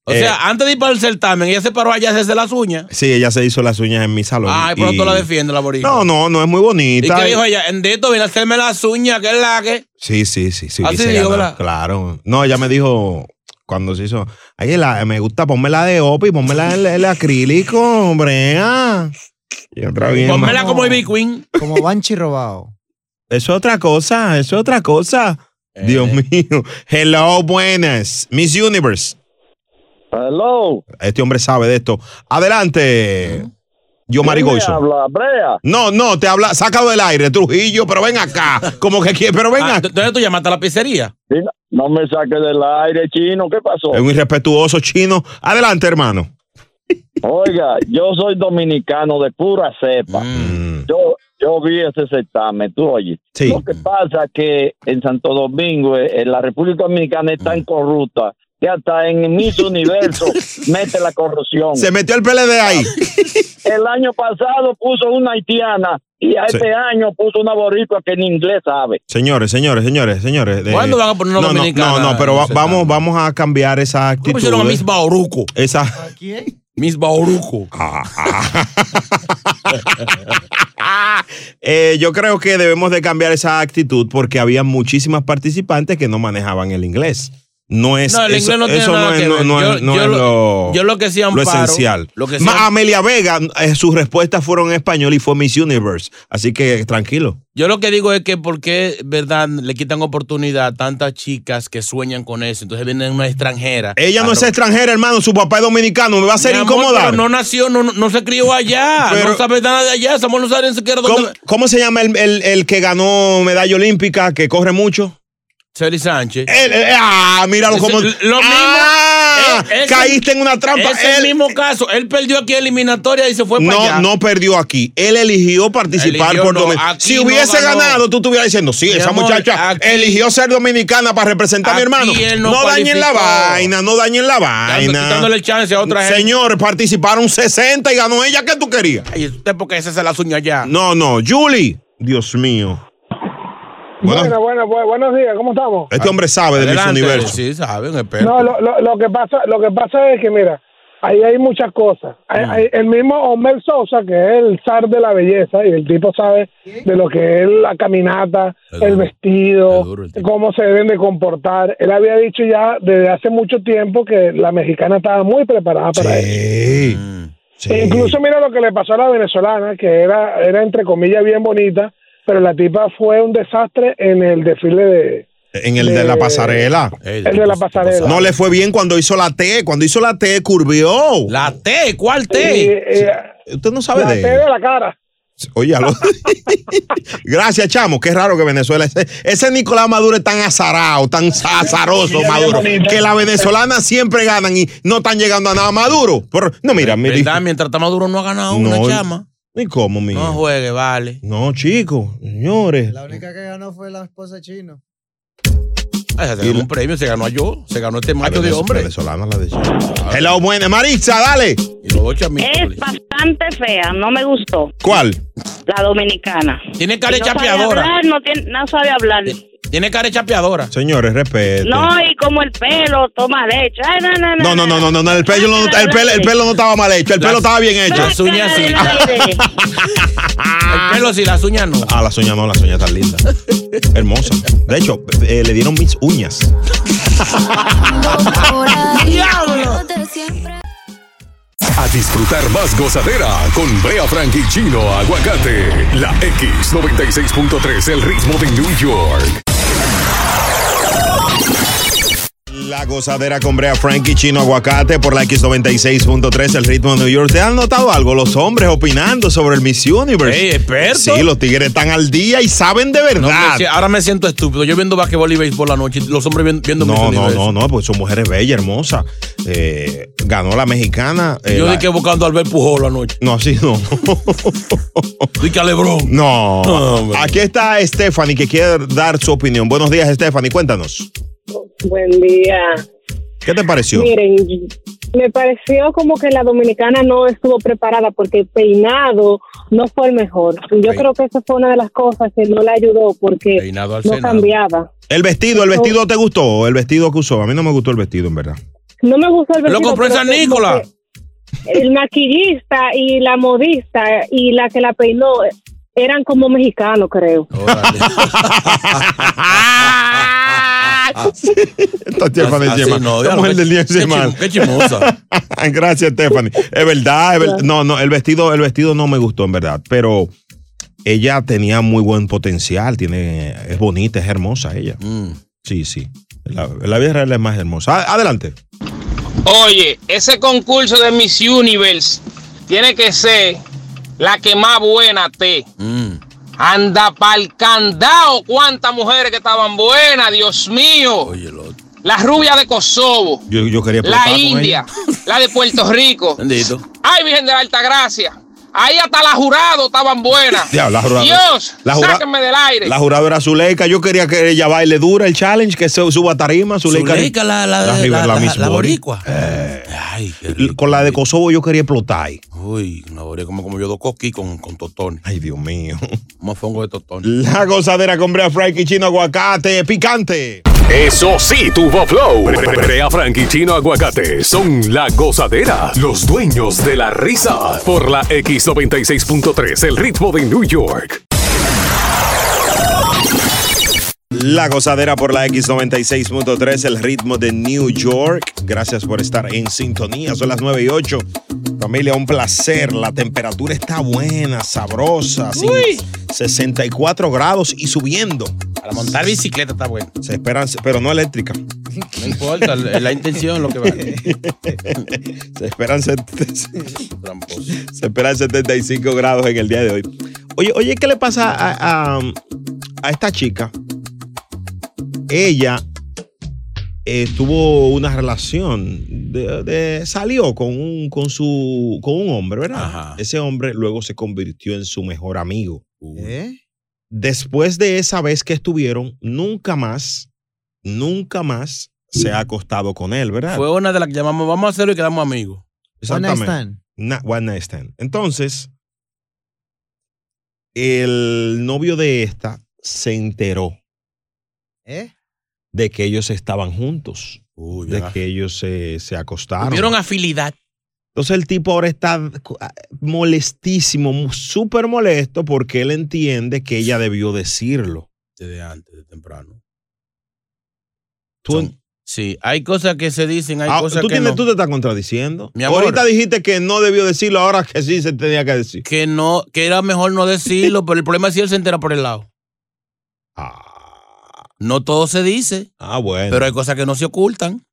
S2: o sea,
S1: Eh.
S2: antes de ir para el certamen, ella se paró allá a hacerse las uñas.
S1: Sí, ella se hizo las uñas en mi salón.
S2: Ay, pero
S1: y-
S2: tú la defiendes, la boricua.
S1: No, no, no es muy
S2: ¿Y
S1: bonita.
S2: qué dijo ella? En esto viene a hacerme las uñas, que es la que.
S1: Sí, sí, sí, sí.
S2: Así
S1: se
S2: Ah,
S1: ganó,
S2: dijo, ¿verdad?
S1: Claro. No, ella me dijo cuando se hizo. Ay, la- me gusta ponmela de OPI, ponmela el, el acrílico, hombre. ah". Y otra bien.
S2: Ponmela
S1: mano.
S2: como Ivy Queen.
S1: Como Banshee robado. Es otra cosa, es otra cosa. Dios mío. Hello, buenas. Miss Universe.
S9: Hello.
S1: Este hombre sabe de esto. Adelante. Yo,
S9: ¿Quién me
S1: Marigoiso.
S9: habla? Brea.
S1: No, no, te habla, sácalo del aire, Trujillo, pero ven acá. Como que quiere, Eh, pero ven
S2: Ah,
S1: acá.
S2: ¿Dónde tú llamaste a la pizzería?
S9: Mira, No me saques del aire, chino. ¿Qué pasó?
S1: Es un irrespetuoso chino. Adelante, hermano.
S9: Oiga, yo soy dominicano de pura cepa.
S1: Mm.
S9: Yo, yo vi ese certamen, tú oye. Lo que pasa es que en Santo Domingo, eh, en la República Dominicana es
S1: Mm.
S9: tan corrupta que hasta en mis universo mete la corrupción.
S1: Se metió el PLD ahí.
S9: El año pasado puso una haitiana y a
S1: Sí.
S9: este año puso una boricua que ni inglés sabe.
S1: Señores, señores, señores, señores. de-
S9: ¿Cuándo van a poner una
S1: no, no,
S9: dominicana?
S1: No, no, pero va-
S9: No sé,
S1: vamos, vamos a cambiar esa actitud.
S2: pusieron a
S1: eh?
S2: Miss Bauruco?
S1: Esa.
S2: quién? Miss Bauruco.
S1: Eh, yo creo que debemos de cambiar esa actitud porque había muchísimas participantes que no manejaban el inglés. No es
S2: No, el
S1: eso-
S2: inglés no tiene
S1: eso
S2: nada
S1: es-
S2: que ver.
S1: no- no
S2: Yo-
S1: es- no
S2: yo
S1: es
S2: lo-
S1: lo,
S2: yo lo que sí amparo,
S1: esencial.
S2: lo que sí
S1: Ma-
S2: am-
S1: Amelia Vega, eh, sus respuestas fueron en español y fue Miss Universe, así que tranquilo.
S2: Yo lo que digo es que porque, ¿verdad? Le quitan oportunidad a tantas chicas que sueñan con eso. Entonces viene una extranjera.
S1: Ella no
S2: A
S1: es
S2: robar.
S1: extranjera, hermano, su papá es dominicano, me va a hacer
S2: Mi amor,
S1: incomodar.
S2: pero no nació, no, no- no se crió allá.
S1: Pero-
S2: no sabe nada de allá. Samuel no sabe ni siquiera
S1: ¿Cómo,
S2: dónde.
S1: cómo se llama el, el- el que ganó medalla olímpica, que corre mucho?
S2: Celis Sánchez.
S1: Él- él- ah, míralo
S2: Ese-
S1: como.
S2: Lo mismo.
S1: Ah,
S2: Eh, ese-
S1: caíste en una trampa.
S2: Es el
S1: Él-
S2: mismo caso. Él perdió aquí eliminatoria y se fue para allá.
S1: no, no perdió aquí. Él eligió participar
S2: Eligió,
S1: por
S2: no,
S1: dominicana.
S2: aquí
S1: Si
S2: no
S1: hubiese
S2: ganó.
S1: ganado, tú estuvieras diciendo, sí,
S2: Mi
S1: esa
S2: amor,
S1: muchacha
S2: aquí-
S1: eligió ser dominicana para representar a mi
S2: aquí
S1: hermano.
S2: él
S1: No,
S2: no
S1: dañen la
S2: cualificó.
S1: vaina, no dañen la vaina.
S2: quitándole chance a otra gente.
S1: Señor, participaron 60 y ganó ella. ¿Qué tú querías?
S2: Y usted porque ese se la suña allá.
S1: No, no, Julie. Dios mío.
S22: Bueno, bueno, bu- buenos días, ¿cómo estamos?
S1: Este hombre sabe de mis
S2: Adelante,
S1: universos.
S2: Sí, saben, espera.
S22: No, lo, lo- lo que pasa, lo que pasa es que, mira, ahí hay muchas cosas. Hay- hay- el mismo Homer Sosa, que es el zar de la belleza, y el tipo sabe de lo que es la caminata, el vestido, cómo se deben de comportar. Él había dicho ya desde hace mucho tiempo que la mexicana estaba muy preparada para eso. Incluso mira lo que le pasó a la venezolana, que era, era entre comillas bien bonita, pero la tipa fue un desastre en el desfile de...
S1: En el de la pasarela.
S22: El de la pasarela.
S1: No le fue bien cuando hizo la T. Cuando hizo la T, curvió.
S2: ¿La T? ¿Cuál
S1: T?
S4: Eh,
S9: eh,
S1: Usted no sabe
S22: la
S1: de
S22: T de la cara.
S1: Oye, aló. gracias, chamo. Qué raro que Venezuela. Ese, ese Nicolás Maduro es tan azarado, tan sa- azaroso,
S2: Mira,
S1: Maduro.
S2: mira, mira.
S1: Que las venezolanas siempre ganan y no están llegando a nada. Maduro. Por- no, mira, mira.
S2: ¿Verdad? Mientras está Maduro no ha ganado
S1: No,
S2: una chama.
S1: Ni cómo, mi.
S2: No juegue, vale.
S1: No, chicos, señores.
S5: La única que ganó fue la esposa chino.
S2: Ay, se ganó un premio, se ganó a yo, se ganó este macho de hombre.
S1: Venezolana la de Hello, buena. Maritza, dale.
S6: Es bastante fea, no me gustó.
S1: ¿Cuál?
S6: La dominicana.
S2: Tiene cara de
S6: no sabe
S2: chapeadora.
S6: hablar, no, tiene- no sabe hablar.
S2: Tiene cara de chapeadora.
S1: Señores, respeto.
S6: No, y como el pelo, toma leche. Ay, no, no, no.
S1: No, no, no, no, no, no, el pelo no, el pelo, el pelo no estaba mal hecho, el pelo estaba bien hecho.
S2: Las uñas sí. El pelo sí, las uñas no.
S1: Ah, las uñas no, las uñas están lindas. Hermosa. De hecho, eh, le dieron mis uñas.
S10: ¡Diablo!
S3: A disfrutar más gozadera con Brea Frank y Chino Aguacate. La X96.3, el ritmo de New York.
S1: La gozadera con Brea Frankie Chino Aguacate por la X96.3, el ritmo de New York. ¿Te han notado algo? Los hombres opinando sobre el Miss Universe.
S2: Ey, experto.
S1: Sí, los tigres están al día y saben de
S2: No,
S1: verdad.
S2: me- ahora me siento estúpido. Yo viendo basquetbol y béisbol la noche, y los hombres vi- viendo
S1: No,
S2: mis
S1: no,
S2: universos.
S1: no, no, pues son mujeres bellas, hermosas. Eh, ganó la mexicana. eh,
S2: Yo
S1: la-
S2: dije que buscando a Albert Pujol la noche.
S1: No, así no.
S2: Dije a Lebron.
S1: No. Aquí está Stephanie que quiere dar su opinión. Buenos días, Stephanie. Cuéntanos.
S23: Buen día.
S1: ¿Qué te pareció?
S23: Miren, me pareció como que la dominicana no estuvo preparada porque el peinado no fue el mejor. Y yo creo que esa fue una de las cosas que no le ayudó porque
S1: Peinado
S23: no
S1: al Senado.
S23: cambiaba.
S1: El vestido, el vestido te gustó, el vestido que usó. A mí no me gustó el vestido, en verdad.
S23: No me gustó el
S1: Lo
S23: vestido.
S1: compró en
S23: pero
S1: San
S23: como
S1: Nicolás.
S23: que El maquillista y la modista y la que la peinó eran como mexicanos, creo.
S1: Esta Stephanie
S2: así
S1: Chema.
S2: Ah, no,
S1: La
S2: ya no,
S1: mujer
S2: qué-
S1: del día de
S2: qué
S1: semana.
S2: chim- qué chimosa.
S1: Gracias, Stephanie. Es verdad, es ver- no, no, el vestido, el vestido no me gustó, en verdad. Pero ella tenía muy buen potencial, tiene, es bonita, es hermosa ella.
S2: Mm.
S1: Sí, sí. La, la vida real es más hermosa. A- Adelante.
S24: Oye, ese concurso de Miss Universe tiene que ser la que más buena te. Anda pa'l candado, cuántas mujeres que estaban buenas, Dios mío. La rubia de Kosovo,
S1: Yo, yo quería
S24: la
S1: explotar con
S24: India,
S1: ella.
S24: la de Puerto Rico.
S2: Bendito.
S24: Ay, Virgen de la Altagracia. Ahí hasta la jurado estaban buenas.
S1: Diablo, la jurado.
S24: Dios,
S1: la jura-
S24: sáquenme del aire.
S1: La jurado era Zuleika. Yo quería que ella baile dura el challenge, que se suba a tarima. Zuleika,
S2: Zuleika, la- la- la-
S1: River-
S2: la-
S1: Miss
S2: la- la
S1: Body.
S2: boricua.
S1: Eh. con la de Kosovo yo quería explotar. ahí.
S2: Uy, una boricua, como, como yo dos coquí con, con totones.
S1: Ay, Dios mío.
S2: Mofongo de totones.
S1: La gozadera con Brea Frank y Chino Aguacate, picante.
S3: Eso sí, tuvo flow. Brea Frank y Chino Aguacate son la gozadera, los dueños de la risa. Por la X96.3, el ritmo de New York.
S1: La gozadera por la X96.3, el ritmo de New York. Gracias por estar en sintonía. Son las 9 y 8. Familia, un placer. La temperatura está buena, sabrosa. sin- 64 grados y subiendo.
S2: Para montar bicicleta está bueno.
S1: Se esperan, pero no eléctrica.
S2: No importa, la, la intención es lo que vale.
S1: Se esperan, set- se esperan 75 grados en el día de hoy. Oye, oye, ¿qué le pasa a, a- a esta chica? Ella eh, tuvo una relación, de- de- salió con un, con, su, con un hombre, ¿verdad? Ese hombre luego se convirtió en su mejor amigo.
S5: Uh. ¿Eh?
S1: Después de esa vez que estuvieron, nunca más, nunca más se ha acostado con él, ¿verdad?
S2: Fue una de las que llamamos, vamos a hacerlo y quedamos amigos.
S1: Exactamente. Na- one night stand. Entonces, el novio de esta se enteró
S5: ¿Eh?
S1: de que ellos estaban juntos, de
S2: ya.
S1: que ellos se, se acostaron.
S2: Tuvieron afilidad.
S1: Entonces el tipo ahora está cu- ah, molestísimo, mu- súper molesto porque él entiende que ella debió decirlo.
S2: Desde antes, de temprano.
S1: Tú en-
S2: Sí, hay cosas que se dicen, hay
S1: Ah,
S2: cosas
S1: tú,
S2: que
S1: tienes-
S2: no.
S1: tú te estás contradiciendo.
S2: Mi amor.
S1: Ahorita dijiste que no debió decirlo, ahora que sí se tenía que decir.
S2: Que no, que era mejor no decirlo, pero el problema es si él se entera por el lado. No todo se dice.
S1: Ah, bueno.
S2: Pero hay cosas que no se ocultan.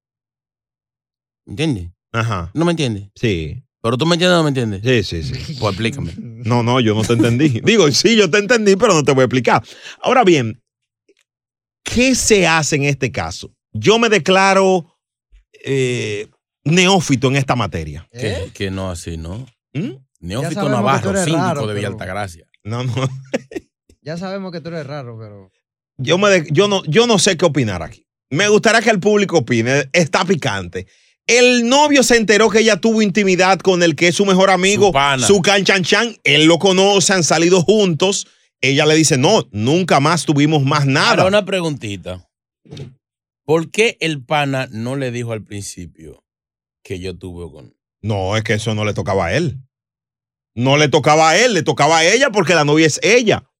S2: ¿Entiendes?
S1: Ajá.
S2: ¿No me entiendes?
S1: Sí.
S2: Pero tú me entiendes o no me entiendes.
S1: Sí, sí, sí.
S2: Pues explícame.
S1: No, no, yo no te entendí. Digo, sí, yo te entendí, pero no te voy a explicar. Ahora bien, ¿qué se hace en este caso? Yo me declaro eh, neófito en esta materia.
S2: Que, que no así, ¿no?
S1: ¿Mm?
S5: Ya
S2: Neófito
S5: sabemos que tú
S2: Navarro,
S5: eres
S2: síndico
S5: raro,
S2: de
S5: pero-
S2: Villa Altagracia.
S1: No, no.
S5: Ya sabemos que tú eres raro, pero.
S1: Yo, me de- yo, no, yo no sé qué opinar aquí. Me gustaría que el público opine. Está picante. El novio se enteró que ella tuvo intimidad con el que es su mejor amigo,
S2: pana.
S1: su canchanchan. Él lo conoce, han salido juntos. Ella le dice, no, nunca más tuvimos más nada.
S2: Ahora una preguntita. ¿Por qué el pana no le dijo al principio que yo tuve con...
S1: No, es que eso no le tocaba a él. No le tocaba a él, le tocaba a ella porque la novia es ella.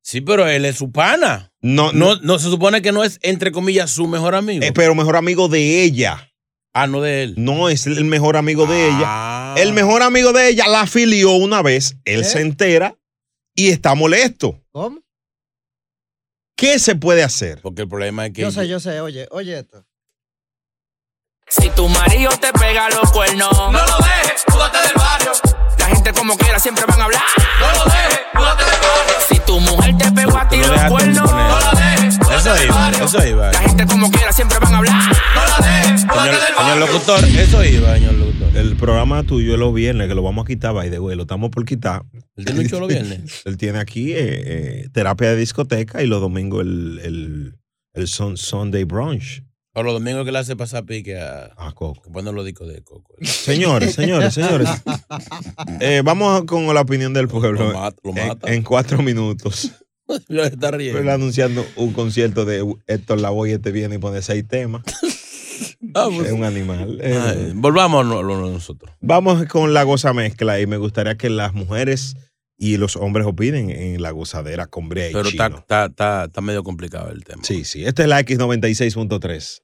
S2: Sí, pero él es su pana.
S1: No,
S2: no, no se supone que no es, entre comillas, su mejor amigo.
S1: Eh, pero mejor amigo de ella.
S2: Ah, no de él. Ah.
S1: No, es el mejor amigo de ella. El mejor amigo de ella la afilió una vez, él se entera y está molesto.
S5: ¿Cómo?
S1: ¿Qué se puede hacer?
S2: Porque el problema es
S5: Yo sé, yo sé, oye, oye esto.
S10: Si tu marido te pega los cuernos, no lo dejes, púdate del barrio. La gente como quiera siempre van a hablar. No lo dejes, púdate del barrio. Si tu mujer te pegó a ti los cuernos, no lo dejes, púdate
S2: Eso
S10: del
S2: iba,
S10: barrio.
S2: eso iba.
S10: La gente como quiera siempre van a hablar. No lo dejes, púdate
S2: Señor,
S10: del barrio.
S2: señor locutor, eso iba, señor locutor.
S1: El programa tuyo es los viernes, que lo vamos a quitar, by the way, lo estamos por quitar.
S2: ¿Él tiene un show los viernes?
S1: él tiene aquí eh, eh, terapia de discoteca y los domingos el, el, el Sun- Sunday brunch.
S2: O los domingos que le hace pasar pique a,
S1: Coco.
S2: Que ponen los discos de Coco.
S1: Señores, señores, señores. Eh, vamos con la opinión del pueblo. En- En, cuatro minutos.
S2: Lo está riendo.
S1: Él anunciando un concierto de Héctor Lavoy este viene y pone seis temas.
S2: Vamos.
S1: Es un animal. Eh,
S2: Ay, volvamos a lo- lo- nosotros.
S1: Vamos con la goza mezcla y me gustaría que las mujeres y los hombres opinen en la gozadera con Brea y
S2: Pero está,
S1: Chino.
S2: está, está, está medio complicado el tema.
S1: Sí, sí. este Esta es la X96.3.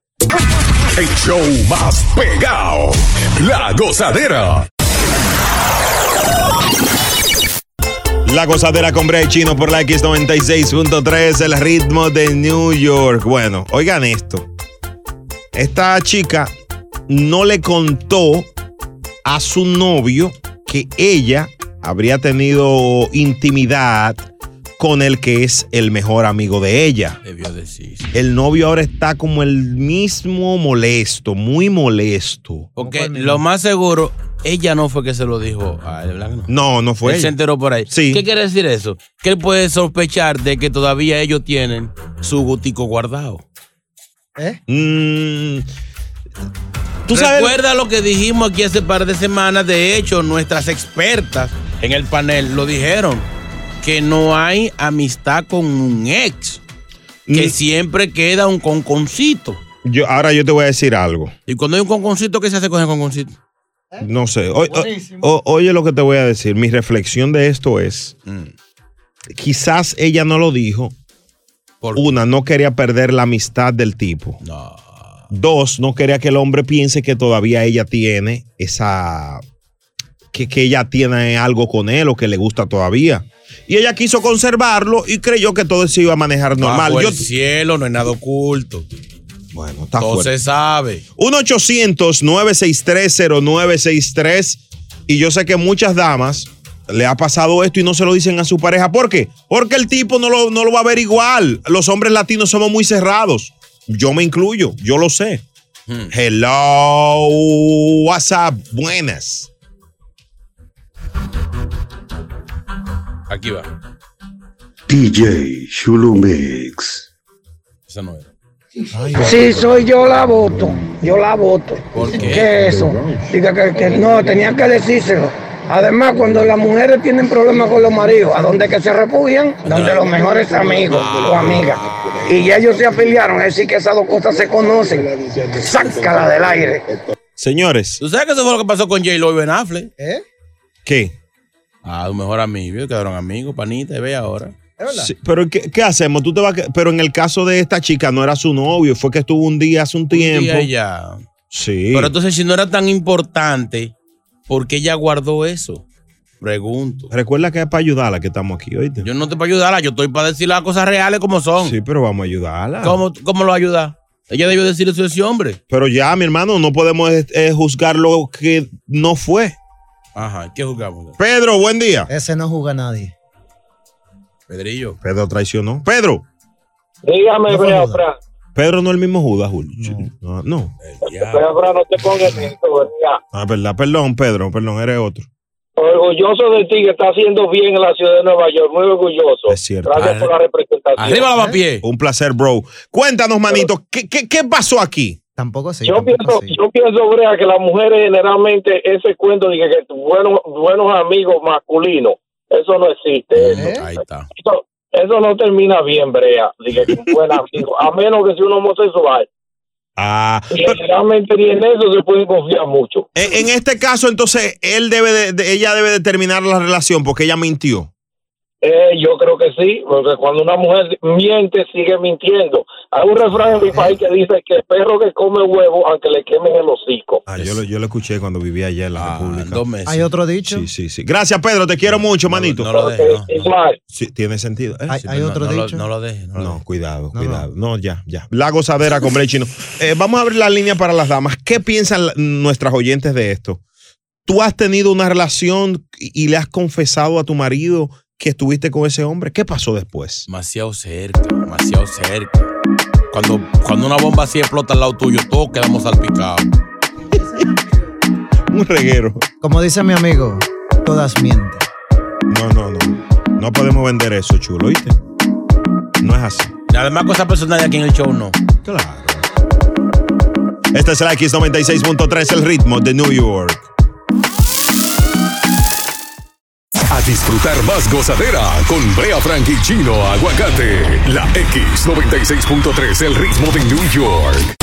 S3: El show más pegado. La gozadera.
S1: La gozadera con Brea y Chino por la X96.3, el ritmo de New York. Bueno, oigan esto. Esta chica no le contó a su novio que ella habría tenido intimidad con el que es el mejor amigo de ella.
S2: Debió decir.
S1: El novio ahora está como el mismo molesto, muy molesto.
S2: Porque lo más seguro, ella no fue que se lo dijo a él, ¿verdad? que
S1: No, no fue
S2: Él se
S1: ella.
S2: enteró por ahí. ¿Qué quiere decir eso? Que él puede sospechar de que todavía ellos tienen su gutico guardado.
S1: Mm, ¿Tú sabes-
S2: Recuerda lo que dijimos aquí hace par de semanas. De hecho, nuestras expertas en el panel lo dijeron. Que no hay amistad con un ex. Que siempre queda un conconcito.
S1: yo, ahora yo te voy a decir algo.
S2: Y cuando hay un conconcito, ¿qué se hace con el conconcito?
S1: No sé. O- o- o- oye lo que te voy a decir. Mi reflexión de esto es,
S2: Mm.
S1: quizás ella no lo dijo. Una, no quería perder la amistad del tipo. Dos, no quería que el hombre piense que todavía ella tiene esa... Que, que ella tiene algo con él o que le gusta todavía. Y ella quiso conservarlo y creyó que todo se iba a manejar normal.
S2: Bajo
S1: Yo-
S2: el cielo no hay nada oculto.
S1: Bueno, está
S2: Todo
S1: fuerte.
S2: se sabe.
S1: 1-800-963-0963. Y yo sé que muchas damas le ha pasado esto y no se lo dicen a su pareja. ¿Por qué? Porque el tipo no lo, no lo va a ver igual. Los hombres latinos somos muy cerrados. Yo me incluyo, yo lo sé. Hello, WhatsApp, buenas.
S2: Aquí va.
S12: DJ Chulumix.
S2: Esa no era.
S13: Sí, soy yo la voto, yo la voto. ¿Por qué? eso? Diga que, que no, tenía que decírselo. Además, cuando las mujeres tienen problemas con los maridos, ¿a dónde que se refugian? Donde los mejores amigos o amigas. Y ya ellos se afiliaron, es decir, que esas dos cosas se conocen. Sácala del aire.
S1: Señores.
S2: ¿Tú sabes que eso fue lo que pasó con J-Lo y Ben Affleck?
S5: ¿Eh?
S1: ¿Qué?
S2: Ah, tu mejor amigo. Quedaron amigos, panita, y ve ahora.
S1: Sí, pero ¿qué, qué hacemos? Tú te vas a que- Pero en el caso de esta chica no era su novio, fue que estuvo un día hace un tiempo.
S2: día ya.
S1: Sí.
S2: Pero entonces, si no era tan importante, ¿por qué ella guardó eso? Pregunto.
S1: Recuerda que es para ayudarla que estamos aquí, ¿oíste?
S2: Yo no estoy para ayudarla, yo estoy para decir las cosas reales como son.
S1: Sí, pero vamos a ayudarla.
S2: ¿Cómo, cómo lo ayuda? Ella debió decirle eso a ese hombre.
S1: Pero ya, mi hermano, no podemos eh, juzgar lo que no fue.
S2: Ajá, ¿qué jugamos?
S1: Pedro, buen día.
S5: Ese no juega nadie.
S2: Pedrillo.
S1: Pedro traicionó. Pedro.
S4: Dígame,
S1: No fue
S4: Brea
S1: Judas.
S4: Fran.
S1: Pedro no es el mismo Judas, Julio. No. no.
S4: Brea Fran, no te pongas en esto, Brea.
S1: Ah, verdad. Perdón, Pedro, perdón, eres otro.
S4: Orgulloso de ti que está haciendo bien en la ciudad de Nueva York. Muy orgulloso.
S1: Es cierto. Ah,
S4: Gracias por la representación.
S2: pie.
S1: Un placer, bro. Cuéntanos, manito, ¿qué, qué, qué pasó aquí?
S5: Tampoco sé.
S4: Yo pienso, yo pienso, Brea, que las mujeres generalmente ese cuento de que, que buenos, buenos amigos masculinos, eso no existe. Eso. Eso, eso no termina bien, Brea, de que con buen amigo, a menos que sea un homosexual.
S1: Ah,
S4: Y generalmente ni en eso se puede confiar mucho.
S1: En, en este caso, entonces, él debe de- de- ella debe de terminar la relación porque ella mintió.
S4: Eh, yo creo que sí, porque cuando una mujer miente, sigue mintiendo. Hay un refrán en mi país que dice que el perro que come huevo, aunque le quemen el hocico.
S1: Ah, yo lo, yo lo escuché cuando vivía allá en
S2: Ah,
S1: la República.
S5: Hay otro dicho.
S1: Sí, sí, sí. Gracias, Pedro. Te quiero mucho, manito.
S2: no lo dejes, no,
S1: Sí, tiene sentido. ¿eh?
S5: Hay-
S1: Sí,
S5: hay
S1: pero
S5: otro
S1: no, no
S5: dicho.
S1: Lo, no lo dejes. No, cuidado, cuidado. No, ya, ya. La gozadera con Bray Chino. Eh, vamos a abrir la línea para las damas. ¿Qué piensan la- nuestras oyentes de esto? ¿Tú has tenido una relación y y le has confesado a tu marido que estuviste con ese hombre? ¿Qué pasó después?
S2: Demasiado cerca, demasiado cerca. Cuando, cuando una bomba así explota al lado tuyo, todos quedamos salpicados.
S1: Un reguero.
S5: Como dice mi amigo, todas mienten.
S1: No, no, no. No podemos vender eso, chulo, ¿oíste? No es así.
S2: Y Además, con esa persona de aquí en el show, no.
S1: Claro. Esta Este es la X96.3, el ritmo de New York.
S3: A disfrutar más gozadera con Brea Frank y Chino Aguacate. La X96.3, el ritmo de New York.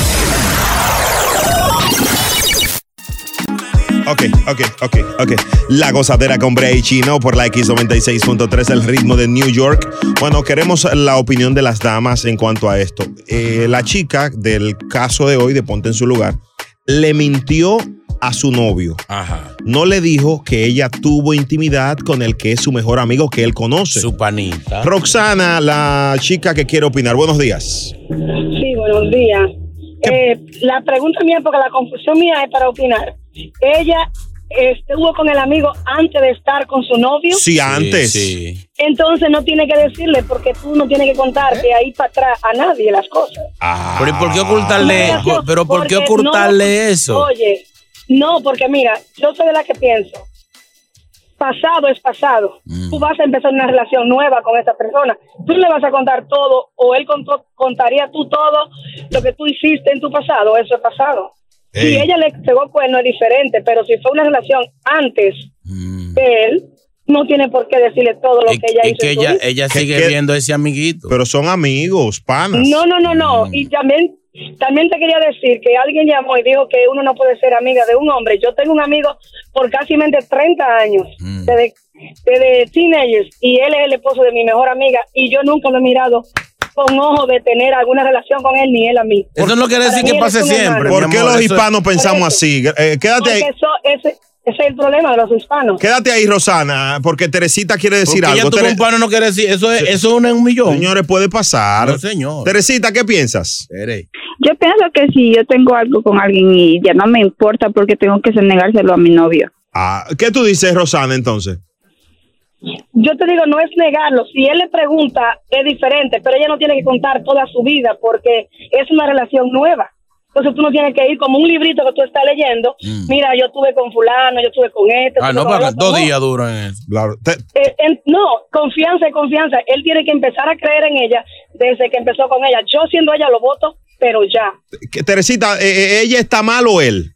S1: Ok, ok, ok, ok. La gozadera con Brea y Chino por la X96.3, el ritmo de New York. Bueno, queremos la opinión de las damas en cuanto a esto. Eh, la chica del caso de hoy, de Ponte en su lugar, le mintió a su novio.
S2: Ajá.
S1: No le dijo que ella tuvo intimidad con el que es su mejor amigo que él conoce. Su
S2: panita.
S1: Roxana, la chica que quiere opinar. Buenos días.
S23: Sí, buenos días. Eh, la pregunta mía, porque la confusión mía es para opinar. Ella estuvo con el amigo antes de estar con su novio.
S1: Sí, antes.
S23: Entonces no tiene que decirle, porque tú no tienes que contar
S1: ¿Eh?
S23: de ahí para atrás a nadie las cosas.
S1: Ah.
S2: Pero ¿y por qué ocultarle,
S23: No,
S2: por- pero por qué
S23: porque no lo-
S2: ocultarle eso?
S23: Oye, no, porque mira, yo soy de la que pienso. Pasado es pasado.
S2: Mm.
S23: Tú vas a empezar una relación nueva con esa persona. Tú le vas a contar todo o él contó- contaría tú todo lo que tú hiciste en tu pasado. Eso es pasado. Si ella le pegó cuerno es diferente, pero si fue una relación antes
S2: Mm.
S23: de él, no tiene por qué decirle todo lo que ella hizo. en su vida.
S2: sigue viendo ese amiguito.
S1: Pero son amigos, panas.
S23: No, no, no, no.
S2: Mm.
S23: Y también, también te quería decir que alguien llamó y dijo que uno no puede ser amiga de un hombre. Yo tengo un amigo por casi mente 30 años,
S2: Mm.
S23: desde, desde teenagers, y él es el esposo de mi mejor amiga, y yo nunca lo he mirado con ojo de tener alguna relación con él, ni él a mí.
S2: Eso no quiere
S23: Para
S2: decir
S23: mí
S2: que
S23: él es
S2: pase
S23: un
S2: siempre.
S23: hermano.
S1: ¿Por qué
S2: amor,
S1: los
S2: eso-
S1: hispanos pensamos así? Eh, quédate ahí.
S23: Porque eso, ese, ese es el problema de los hispanos.
S1: Quédate ahí, Rosana, porque Teresita quiere decir
S2: Porque ya
S1: algo.
S2: tu compadre no quiere decir, eso es, eso es una- un millón.
S1: Señores, puede pasar.
S2: No, señor.
S1: Teresita, ¿qué piensas?
S25: Yo pienso que si yo tengo algo con alguien y ya no me importa porque tengo que negárselo a mi novio.
S1: Ah, ¿Qué tú dices, Rosana, entonces?
S23: Yo te digo, no es negarlo. Si él le pregunta, es diferente, pero ella no tiene que contar toda su vida porque es una relación nueva. Entonces tú no tienes que ir como un librito que tú estás leyendo. Mira, yo estuve con fulano, yo estuve con este.
S2: Mm. Ah,
S23: estuve
S2: no,
S23: con el
S2: para
S23: otro.
S2: dos días duran eso.
S23: Eh, en- no, confianza y confianza. Él tiene que empezar a creer en ella desde que empezó con ella. Yo siendo ella lo voto, pero ya.
S1: Que Teresita, eh, eh, ¿ella está mal o él?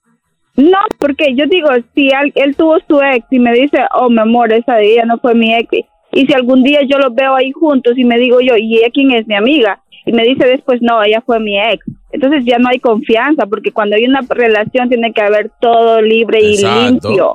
S25: No, porque yo digo, si al- él tuvo su ex y me dice, oh, mi amor, esa de ella no fue mi ex, y si algún día yo los veo ahí juntos y me digo yo, ¿y ella quién es mi amiga? Y me dice después, no, ella fue mi ex. Entonces ya no hay confianza, porque cuando hay una relación tiene que haber todo libre y
S8: Exacto.
S25: limpio.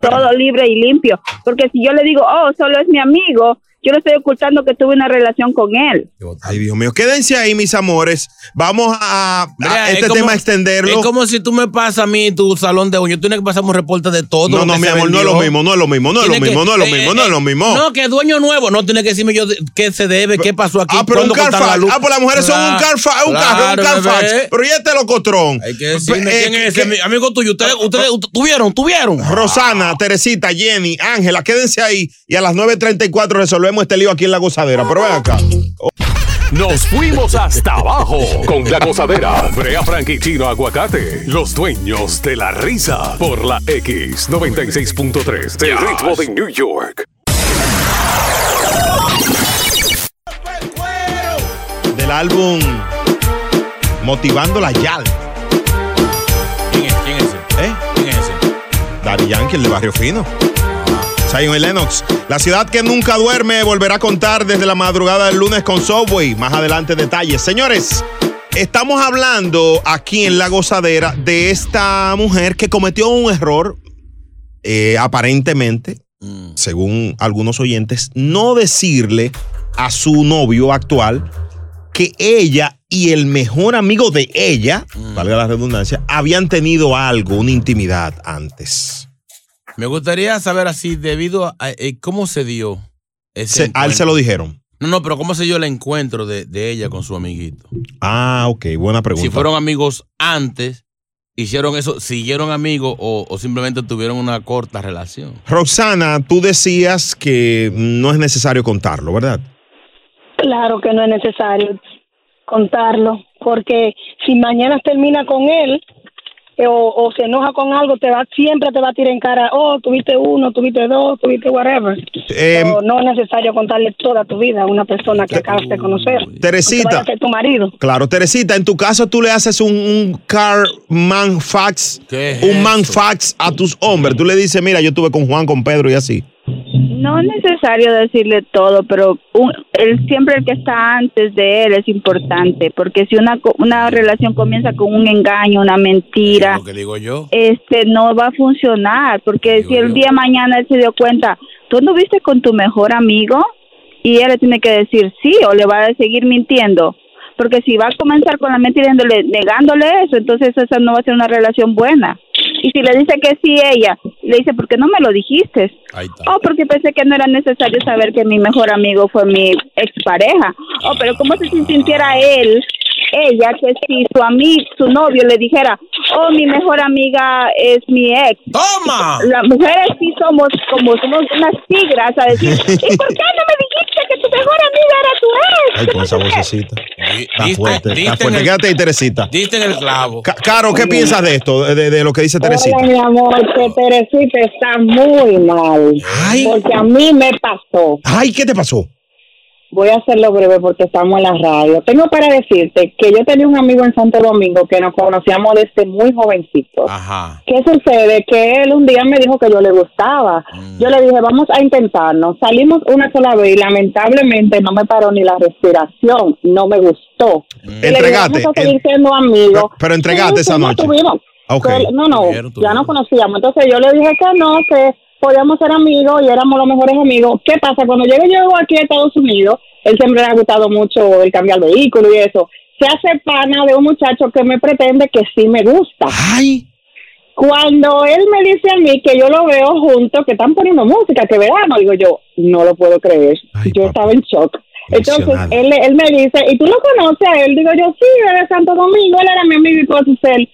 S25: Todo libre y limpio. Porque si yo le digo, oh, solo es mi amigo, yo le estoy ocultando que tuve una relación con él.
S1: Ay, Dios mío, quédense ahí, mis amores. Vamos a, a
S2: Mira, es
S1: este
S2: como-
S1: tema a extenderlo.
S2: Es como si tú me pasas a mí tu salón de uñas. Tú tienes que pasarme un reporte de todo.
S1: No,
S2: lo
S1: no,
S2: que
S1: mi
S2: se
S1: amor, no es
S2: vendió.
S1: lo mismo, no es lo mismo, no es lo
S2: Tiene que-
S1: mismo, no es lo
S2: eh,
S1: mismo, no es lo mismo.
S2: No, que dueño nuevo. No tiene que decirme yo de- qué se debe, qué pasó aquí.
S1: Ah, pero un
S2: cuándo
S1: car
S2: cortaron la
S1: fax.
S2: luz.
S1: Ah, pues las mujeres son un
S2: Claro,
S1: car fax, un carro, un
S2: claro,
S1: car fax.
S2: bebé.
S1: Pero ya este locotrón.
S2: Hay que decirme
S1: Eh, Ah,
S2: quién es ese ami- amigo tuyo. Ustedes, ustedes, tuvieron, tuvieron. Ah.
S1: Rosana, Teresita, Jenny, Ángela, quédense ahí y a las 9.34 resolvemos este lío aquí en la gozadera. Pero ven acá.
S3: Nos fuimos hasta abajo con la gozadera. Brea Frank y Chino Aguacate, los dueños de la risa por la X96.3. El ritmo de New York.
S1: Del álbum Motivando la Yal.
S2: ¿Quién es, quién es ese?
S1: ¿Eh?
S2: ¿Quién es ese?
S1: Daddy Yankee, el de Barrio Fino. Zion y Lennox. La ciudad que nunca duerme volverá a contar desde la madrugada del lunes con Subway. Más adelante detalles. Señores, estamos hablando aquí en La Gozadera de esta mujer que cometió un error, eh, aparentemente,
S2: Mm.
S1: según algunos oyentes, no decirle a su novio actual que ella y el mejor amigo de ella,
S2: Mm.
S1: valga la redundancia, habían tenido algo, una intimidad antes.
S2: Me gustaría saber así, debido a, a- eh, cómo se dio ese
S1: Se- a él se
S2: encuentro.
S1: lo dijeron.
S2: No, no, pero cómo se dio el encuentro de, de ella con su amiguito.
S1: Ah, ok, buena pregunta.
S2: Si fueron amigos antes, hicieron eso, siguieron amigos o, o simplemente tuvieron una corta relación.
S1: Roxana, tú decías que no es necesario contarlo, ¿verdad?
S11: Claro que no es necesario contarlo, porque si mañana termina con él eh, o, o se enoja con algo, te va siempre te va a tirar en cara, oh, tuviste uno, tuviste dos, tuviste whatever. Pero no es necesario contarle toda tu vida a una persona que acabas de conocer.
S1: Teresita.
S11: aunque vaya a ser tu marido.
S1: Claro, Teresita, en tu caso tú le haces un, un car man fax,
S11: es
S1: un man fax a tus hombres. Tú le dices, mira, yo estuve con Juan, con Pedro y así.
S25: No es necesario decirle todo, pero un- el, siempre el que está antes de él es importante, porque si una, co- una relación comienza con un engaño, una mentira,
S2: Digo yo.
S25: este no va a funcionar, porque si el día de mañana él se dio cuenta, tú anduviste con tu mejor amigo y él le tiene que decir sí o le va a seguir mintiendo, porque si va a comenzar con la mentira dándole- negándole eso, entonces esa no va a ser una relación buena. Y si le dice que sí ella, le dice, ¿por qué no me lo dijiste? Oh, porque pensé que no era necesario saber que mi mejor amigo fue mi expareja. Oh, pero ¿cómo se sintiera él, ella, que si su amigo, su novio le dijera, oh, mi mejor amiga es mi ex?
S2: ¡Toma!
S25: Las mujeres sí somos como somos unas tigras a decir, ¿y por qué no me dijiste que tu mejor amiga era tu ex?
S1: Ay, con esa vocecita. Está
S2: diste-
S1: fuerte,
S2: diste
S1: está
S2: en
S1: fuerte.
S2: el-
S1: Quédate ahí, Teresita.
S2: Diste en el clavo.
S1: Caro, ¿qué piensas de esto, de, de lo que dice Teresita?
S11: Hola, mi amor, que Teresita está muy mal. Porque a mí me pasó.
S1: Ay, ¿qué te pasó?
S11: Voy a hacerlo breve porque estamos en la radio. Tengo para decirte que yo tenía un amigo en Santo Domingo que nos conocíamos desde muy jovencitos.
S2: Ajá.
S11: ¿Qué sucede? Que él un día me dijo que yo le gustaba.
S1: Mm.
S11: Yo le dije, vamos a intentarnos. Salimos una sola vez y lamentablemente no me paró ni la respiración. No me gustó. Y le dije,
S1: Entregate,
S11: vamos a
S1: en-
S11: seguir siendo amigos.
S1: pero entregate
S11: Sí,
S1: esa
S11: sí, no
S1: noche.
S11: tuvimos.
S1: Ah, ok.
S11: Pero- no, no, ya no conocíamos. Entonces yo le dije que no, que podíamos ser amigos y éramos los mejores amigos. ¿Qué pasa? Cuando yo llego aquí a Estados Unidos, él siempre le ha gustado mucho el cambiar vehículo y eso. Se hace pana de un muchacho que me pretende que sí me gusta.
S1: ¡Ay!
S11: Cuando él me dice a mí que yo lo veo junto, que están poniendo música, que verano, digo yo, no lo puedo creer. yo estaba en shock. Entonces él, él me dice, ¿y tú lo conoces a él? Digo yo, sí, era de Santo Domingo, él era mi amigo y cosas. Él,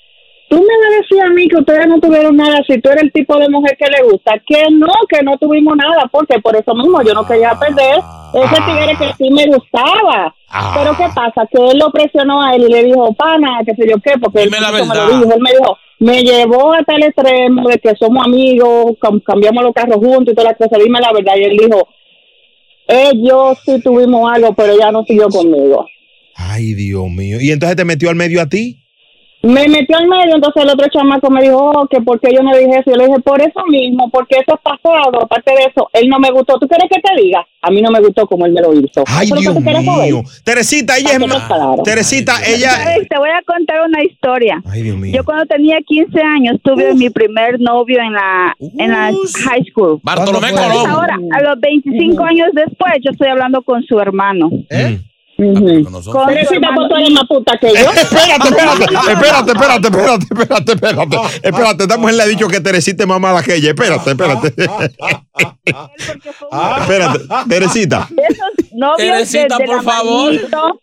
S11: tú me vas a decir a mí que ustedes no tuvieron nada, si tú eres el tipo de mujer que le gusta, que no, que no tuvimos nada, porque por eso mismo yo no quería
S26: Ah,
S11: perder ese tigre que sí me gustaba.
S26: Ah.
S11: Pero ¿qué pasa? Que él lo presionó a él y le dijo, pana, qué sé yo qué, porque él,
S26: la
S11: mismo me lo
S26: verdad.
S11: dijo. él me dijo, me llevó hasta el extremo de que somos amigos, cam- cambiamos los carros juntos y toda la cosa, dime la verdad. Y él dijo, eh, yo sí tuvimos algo, pero ya no siguió conmigo.
S1: Ay, Dios mío. ¿Y entonces te metió al medio a ti?
S11: Me metió en medio, entonces el otro chamaco me dijo, oh, que por qué yo no dije eso. Yo le dije, por eso mismo, porque eso es pasado. Aparte de eso, él no me gustó. ¿Tú quieres que te diga? A mí no me gustó como él me lo hizo.
S1: Ay,
S11: ¿Eso es lo
S1: Dios
S11: que tú quieres saber?
S1: mío. Teresita, ella es más. Teresita, ella.
S25: Ey, Te voy a contar una historia.
S1: Ay, Dios mío.
S25: Yo cuando tenía 15 años tuve mi primer novio en la, en la high school.
S10: Bartolomé ¿Cuándo fue? Colón.
S25: Ahora, a los 25 años después, yo estoy hablando con su hermano.
S1: ¿Eh? Mm.
S25: Con
S11: Pero
S25: su
S11: si
S25: hermano.
S11: tampoco tú eres más puta que yo.
S1: Ah, Espérate, espérate, espérate, espérate, espérate, espérate, espérate. Espérate, esta mujer le ha dicho que Teresita es más mala que ella. Espérate, espérate. Espérate, Teresita.
S25: Esos novios
S10: Teresita,
S25: desde
S10: por
S25: la
S10: favor.
S25: manito.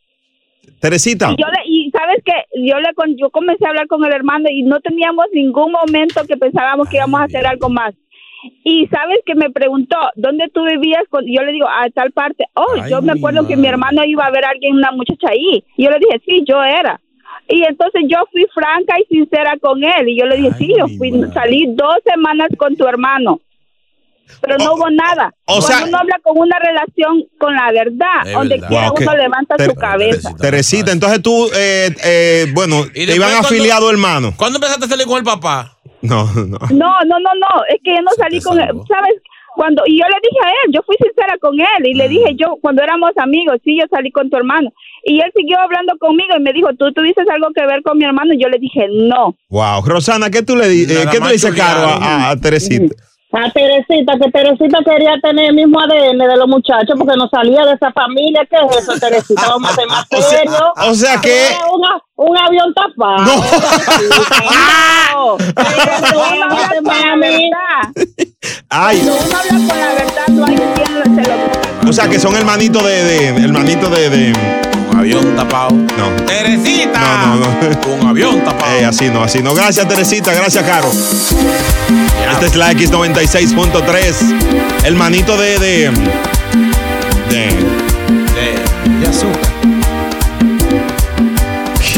S1: Teresita.
S25: Y, yo le- y sabes que yo le con- yo comencé a hablar con el hermano y no teníamos ningún momento que pensábamos que íbamos a hacer algo más. Y sabes que me preguntó, ¿dónde tú vivías? con-?" Y yo le digo, a tal parte. Oh,
S10: Ay,
S25: yo me
S10: mi
S25: acuerdo que mi hermano iba a ver a alguien, una muchacha ahí. Y yo le dije, sí, yo era. Y entonces yo fui franca y sincera con él. Y yo le dije, sí, yo fui, salí dos semanas con tu hermano. Pero no hubo nada.
S1: Oh, o
S25: Cuando
S1: sea-
S25: uno habla con una relación con la verdad,
S1: Es
S25: donde
S1: verdad.
S25: quiera
S1: Wow,
S25: uno
S1: que-
S25: levanta
S1: Ter-
S25: su cabeza.
S1: Teresita, entonces tú, eh, eh, bueno, te
S2: después
S1: iban
S2: cuando-
S1: afiliado hermano.
S2: ¿Cuándo empezaste a salir con el papá?
S1: No, no.
S25: No, no, no, no, es que yo no salí con él, ¿sabes? Cuando, y yo le dije a él, yo fui sincera con él y le dije yo, cuando éramos amigos, sí, yo salí con tu hermano. Y él siguió hablando conmigo y me dijo, ¿tú tuviste algo que ver con mi hermano? Y yo le dije, no.
S1: Wow. Rosana, ¿qué tú le, di- eh,
S10: Nada
S1: ¿qué tú
S10: más
S1: le dices,
S10: chulear,
S1: Caro, a, a- a Teresita?
S25: Ah,
S11: A
S25: pues,
S11: Teresita, que Teresita quería tener el mismo ADN de los muchachos porque no salía de esa familia. ¿Qué es eso, Teresita? Vamos a ser más
S1: O sea-
S11: serios.
S1: o sea que-
S11: Era una- un avión tapado. No. Vamos a ser más amigos.
S1: Ay.
S25: No hay quien se lo-
S1: O sea, que son hermanitos de, de- hermanitos de, de-
S2: Un avión tapado.
S1: No.
S2: Teresita.
S1: No, no, Eh,
S2: no. Un avión tapado.
S1: así no, así no. Gracias, Teresita. Gracias, Caro. Esta es la X96.3. El manito de. de. de.
S5: De azúcar.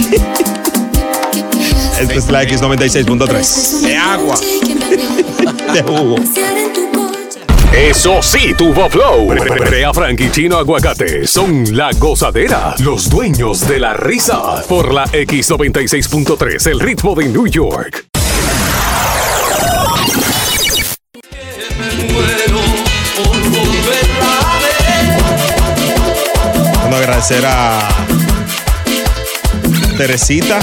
S1: Esta es la X96.3.
S10: De agua.
S1: De Hugo.
S3: Eso sí, tuvo flow. Brea Frank y Chino Aguacate son la gozadera, los dueños de la risa. Por la X96.3, el ritmo de New York.
S1: Bueno, agradecer a Teresita,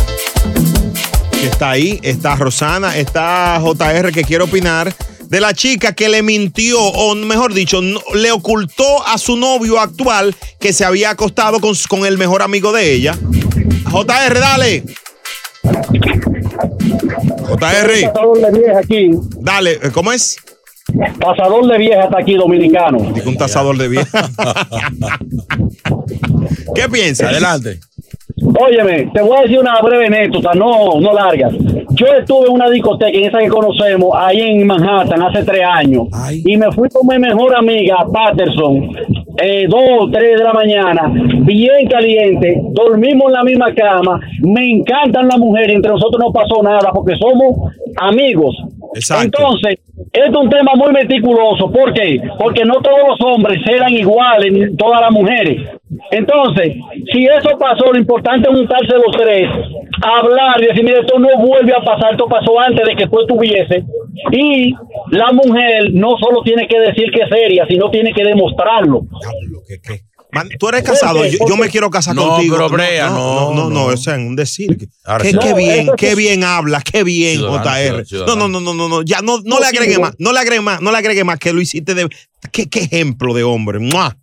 S1: que está ahí, está Rosana, está JR, que quiere opinar de la chica que le mintió, o mejor dicho, no- le ocultó a su novio actual que se había acostado con, s- con el mejor amigo de ella. JR, dale. JR.
S4: Pasador de vieja aquí.
S1: Dale, eh, ¿cómo es?
S4: Pasador de vieja está aquí, dominicano.
S1: Digo un tasador de vieja. ¿Qué piensas?
S2: Adelante.
S4: Óyeme, te voy a decir una breve anécdota, no, no larga. Yo estuve en una discoteca, en esa que conocemos, ahí en Manhattan hace tres años. Y me fui con mi mejor amiga, Patterson, eh, dos o tres de la mañana, bien caliente, dormimos en la misma cama, me encantan las mujeres, entre nosotros no pasó nada porque somos amigos. Entonces, este es un tema muy meticuloso, ¿por qué? Porque no todos los hombres eran iguales, ni todas las mujeres. Entonces, si eso pasó, lo importante es juntarse los tres, hablar y decir, mira, esto no vuelve a pasar, esto pasó antes de que tú estuviese. Y la mujer no solo tiene que decir que es seria, sino tiene que demostrarlo.
S1: Man, tú eres casado,
S4: Porque-
S1: yo, yo me quiero casar
S4: No,
S1: contigo.
S4: pero Brea,
S1: no, no, no, no, o sea, en un decir. Qué,
S4: sí.
S1: qué
S4: No,
S1: bien,
S4: eso sí.
S1: qué bien habla, qué bien,
S4: Ciudadano,
S1: JR. No,
S4: ciudadano.
S1: no, no, no, no, no, ya no, no
S4: No,
S1: le agregue
S4: sí,
S1: más, no le agregue más, no le agregue más que lo hiciste de. Qué, qué ejemplo de hombre, ¡mua!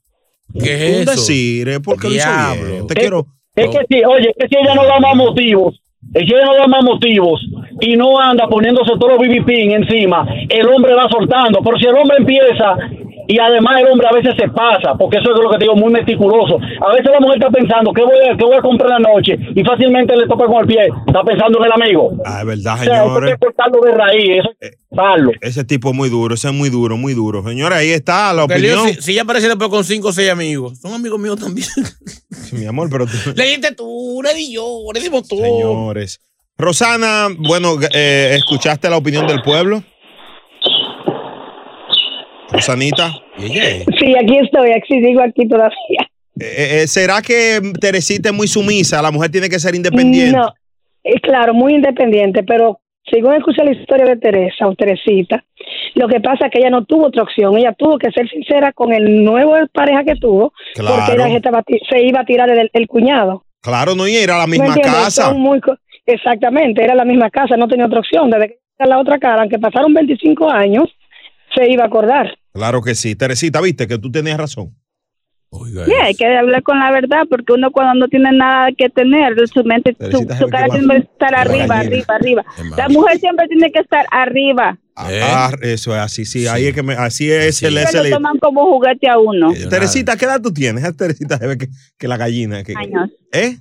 S2: ¿Qué
S1: un
S4: es eso?
S1: decir, eh, porque lo hizo bien. Te
S4: Es-
S1: quiero.
S4: Es que sí, oye, es que si ella no da más motivos, es que ella no da más motivos y no anda poniéndose todos los BBP encima, el hombre va soltando. Pero si el hombre empieza y además el hombre a veces se pasa, porque eso es lo que te digo, muy meticuloso. A veces la mujer está pensando, ¿qué voy a, qué voy a comprar en la noche? Y fácilmente le toca con el pie, está pensando en el amigo.
S1: Ah, es verdad,
S4: O sea, eso hay
S1: señores. Eh,
S4: que cortarlo de raíz, eso hay que cortarlo.
S1: Ese tipo es muy duro, ese es muy duro, muy duro. Señores, ahí está la
S2: Porque el lío,
S1: opinión.
S2: si, si ella aparece después con cinco o seis amigos, son amigos míos también.
S1: Mi amor, pero tú-
S2: le diste tú, le di yo, le dimos tú.
S1: Señores. Rosana, bueno, eh, ¿escuchaste la opinión del pueblo? Rosanita.
S11: Sí, aquí estoy, aquí digo aquí todavía.
S1: Eh, eh, ¿Será que Teresita es muy sumisa? La mujer tiene que ser independiente.
S11: No,
S23: eh, claro, muy independiente, pero según escuché la historia de Teresa o Teresita, lo que pasa es que ella no tuvo otra opción, ella tuvo que ser sincera con el nuevo pareja que tuvo,
S1: Claro.
S23: porque ella se, estaba ti- se iba a tirar el, el cuñado.
S1: Claro, no, y era la
S23: ¿Me
S1: misma
S23: entiendes?
S1: casa.
S23: Son muy co- exactamente, era la misma casa, no tenía otra opción, desde que era la otra cara, aunque pasaron 25 años, se iba a acordar.
S1: Claro que sí. Teresita, viste que tú tenías razón.
S25: Sí, hay que hablar con la verdad, porque uno cuando no tiene nada que tener, su mente, su,
S1: Teresita,
S25: su
S1: ¿sabe
S25: cara
S1: qué más?
S25: siempre estar
S1: Qué
S25: arriba,
S1: gallina.
S25: arriba, arriba. La mujer siempre tiene que estar arriba.
S1: Ah, eso es así, sí, ahí es que me, así es, el,
S25: Ellos
S1: es
S25: lo
S1: el-
S25: toman como juguete a uno.
S1: Teresita, ¿qué edad tú tienes? Ah, Teresita, se ve que, que la gallina. Que,
S25: Años.
S1: ¿Eh?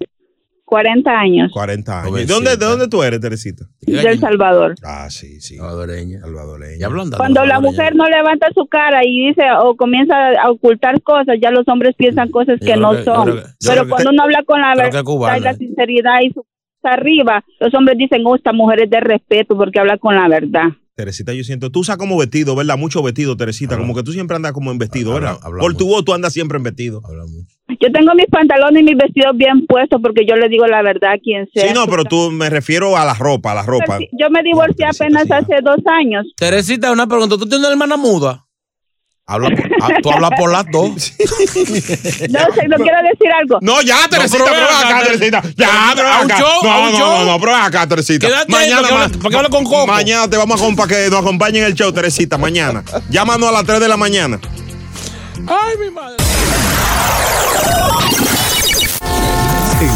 S25: 40 años.
S1: 40 años. ¿De dónde, ¿De dónde tú eres, Teresita?
S25: De El Salvador.
S1: Ah, sí, sí.
S2: Salvadoreña.
S1: Salvadoreña.
S2: Ya hablando.
S25: Cuando la mujer no levanta su cara y dice o comienza a ocultar cosas, ya los hombres piensan cosas que
S2: creo
S25: no
S2: que- yo
S25: son.
S2: creo que- yo creo
S25: Pero
S2: que-
S25: cuando uno habla con la
S2: creo que
S25: verdad,
S2: cubana.
S25: y la sinceridad y su cosa arriba, los hombres dicen, oh, esta mujer es de respeto porque habla con la verdad.
S1: Teresita, yo siento, tú usas como vestido, ¿verdad? Mucho vestido, Teresita, como que tú siempre andas como en vestido, ¿verdad? Por tu voz tú andas siempre en vestido.
S25: Yo tengo mis pantalones y mis vestidos bien puestos porque yo le digo la verdad a quien sea.
S1: Sí, no, pero tú me refiero a la ropa, a la ropa.
S25: Yo me divorcié apenas hace dos años.
S2: Teresita, una pregunta. ¿Tú tienes una hermana muda? Habla por- ah, tú hablas por las dos.
S25: No, sé, no quiero decir algo.
S1: No, ya, Teresita, pero
S2: pero
S1: ven
S2: acá,
S1: acá, Teresita. Ya, pero ven
S2: ¿A un
S1: acá.
S2: show? ¿A
S1: No,
S2: un
S1: no,
S2: show?
S1: no, no, pero ven acá, Teresita.
S2: Quédate
S1: mañana,
S2: ahí, porque habla-
S1: con Coco. Mañana te vamos a compa que nos acompañen en el show, Teresita, mañana. Llámanos a las 3 de la mañana.
S2: Ay, mi madre.
S3: El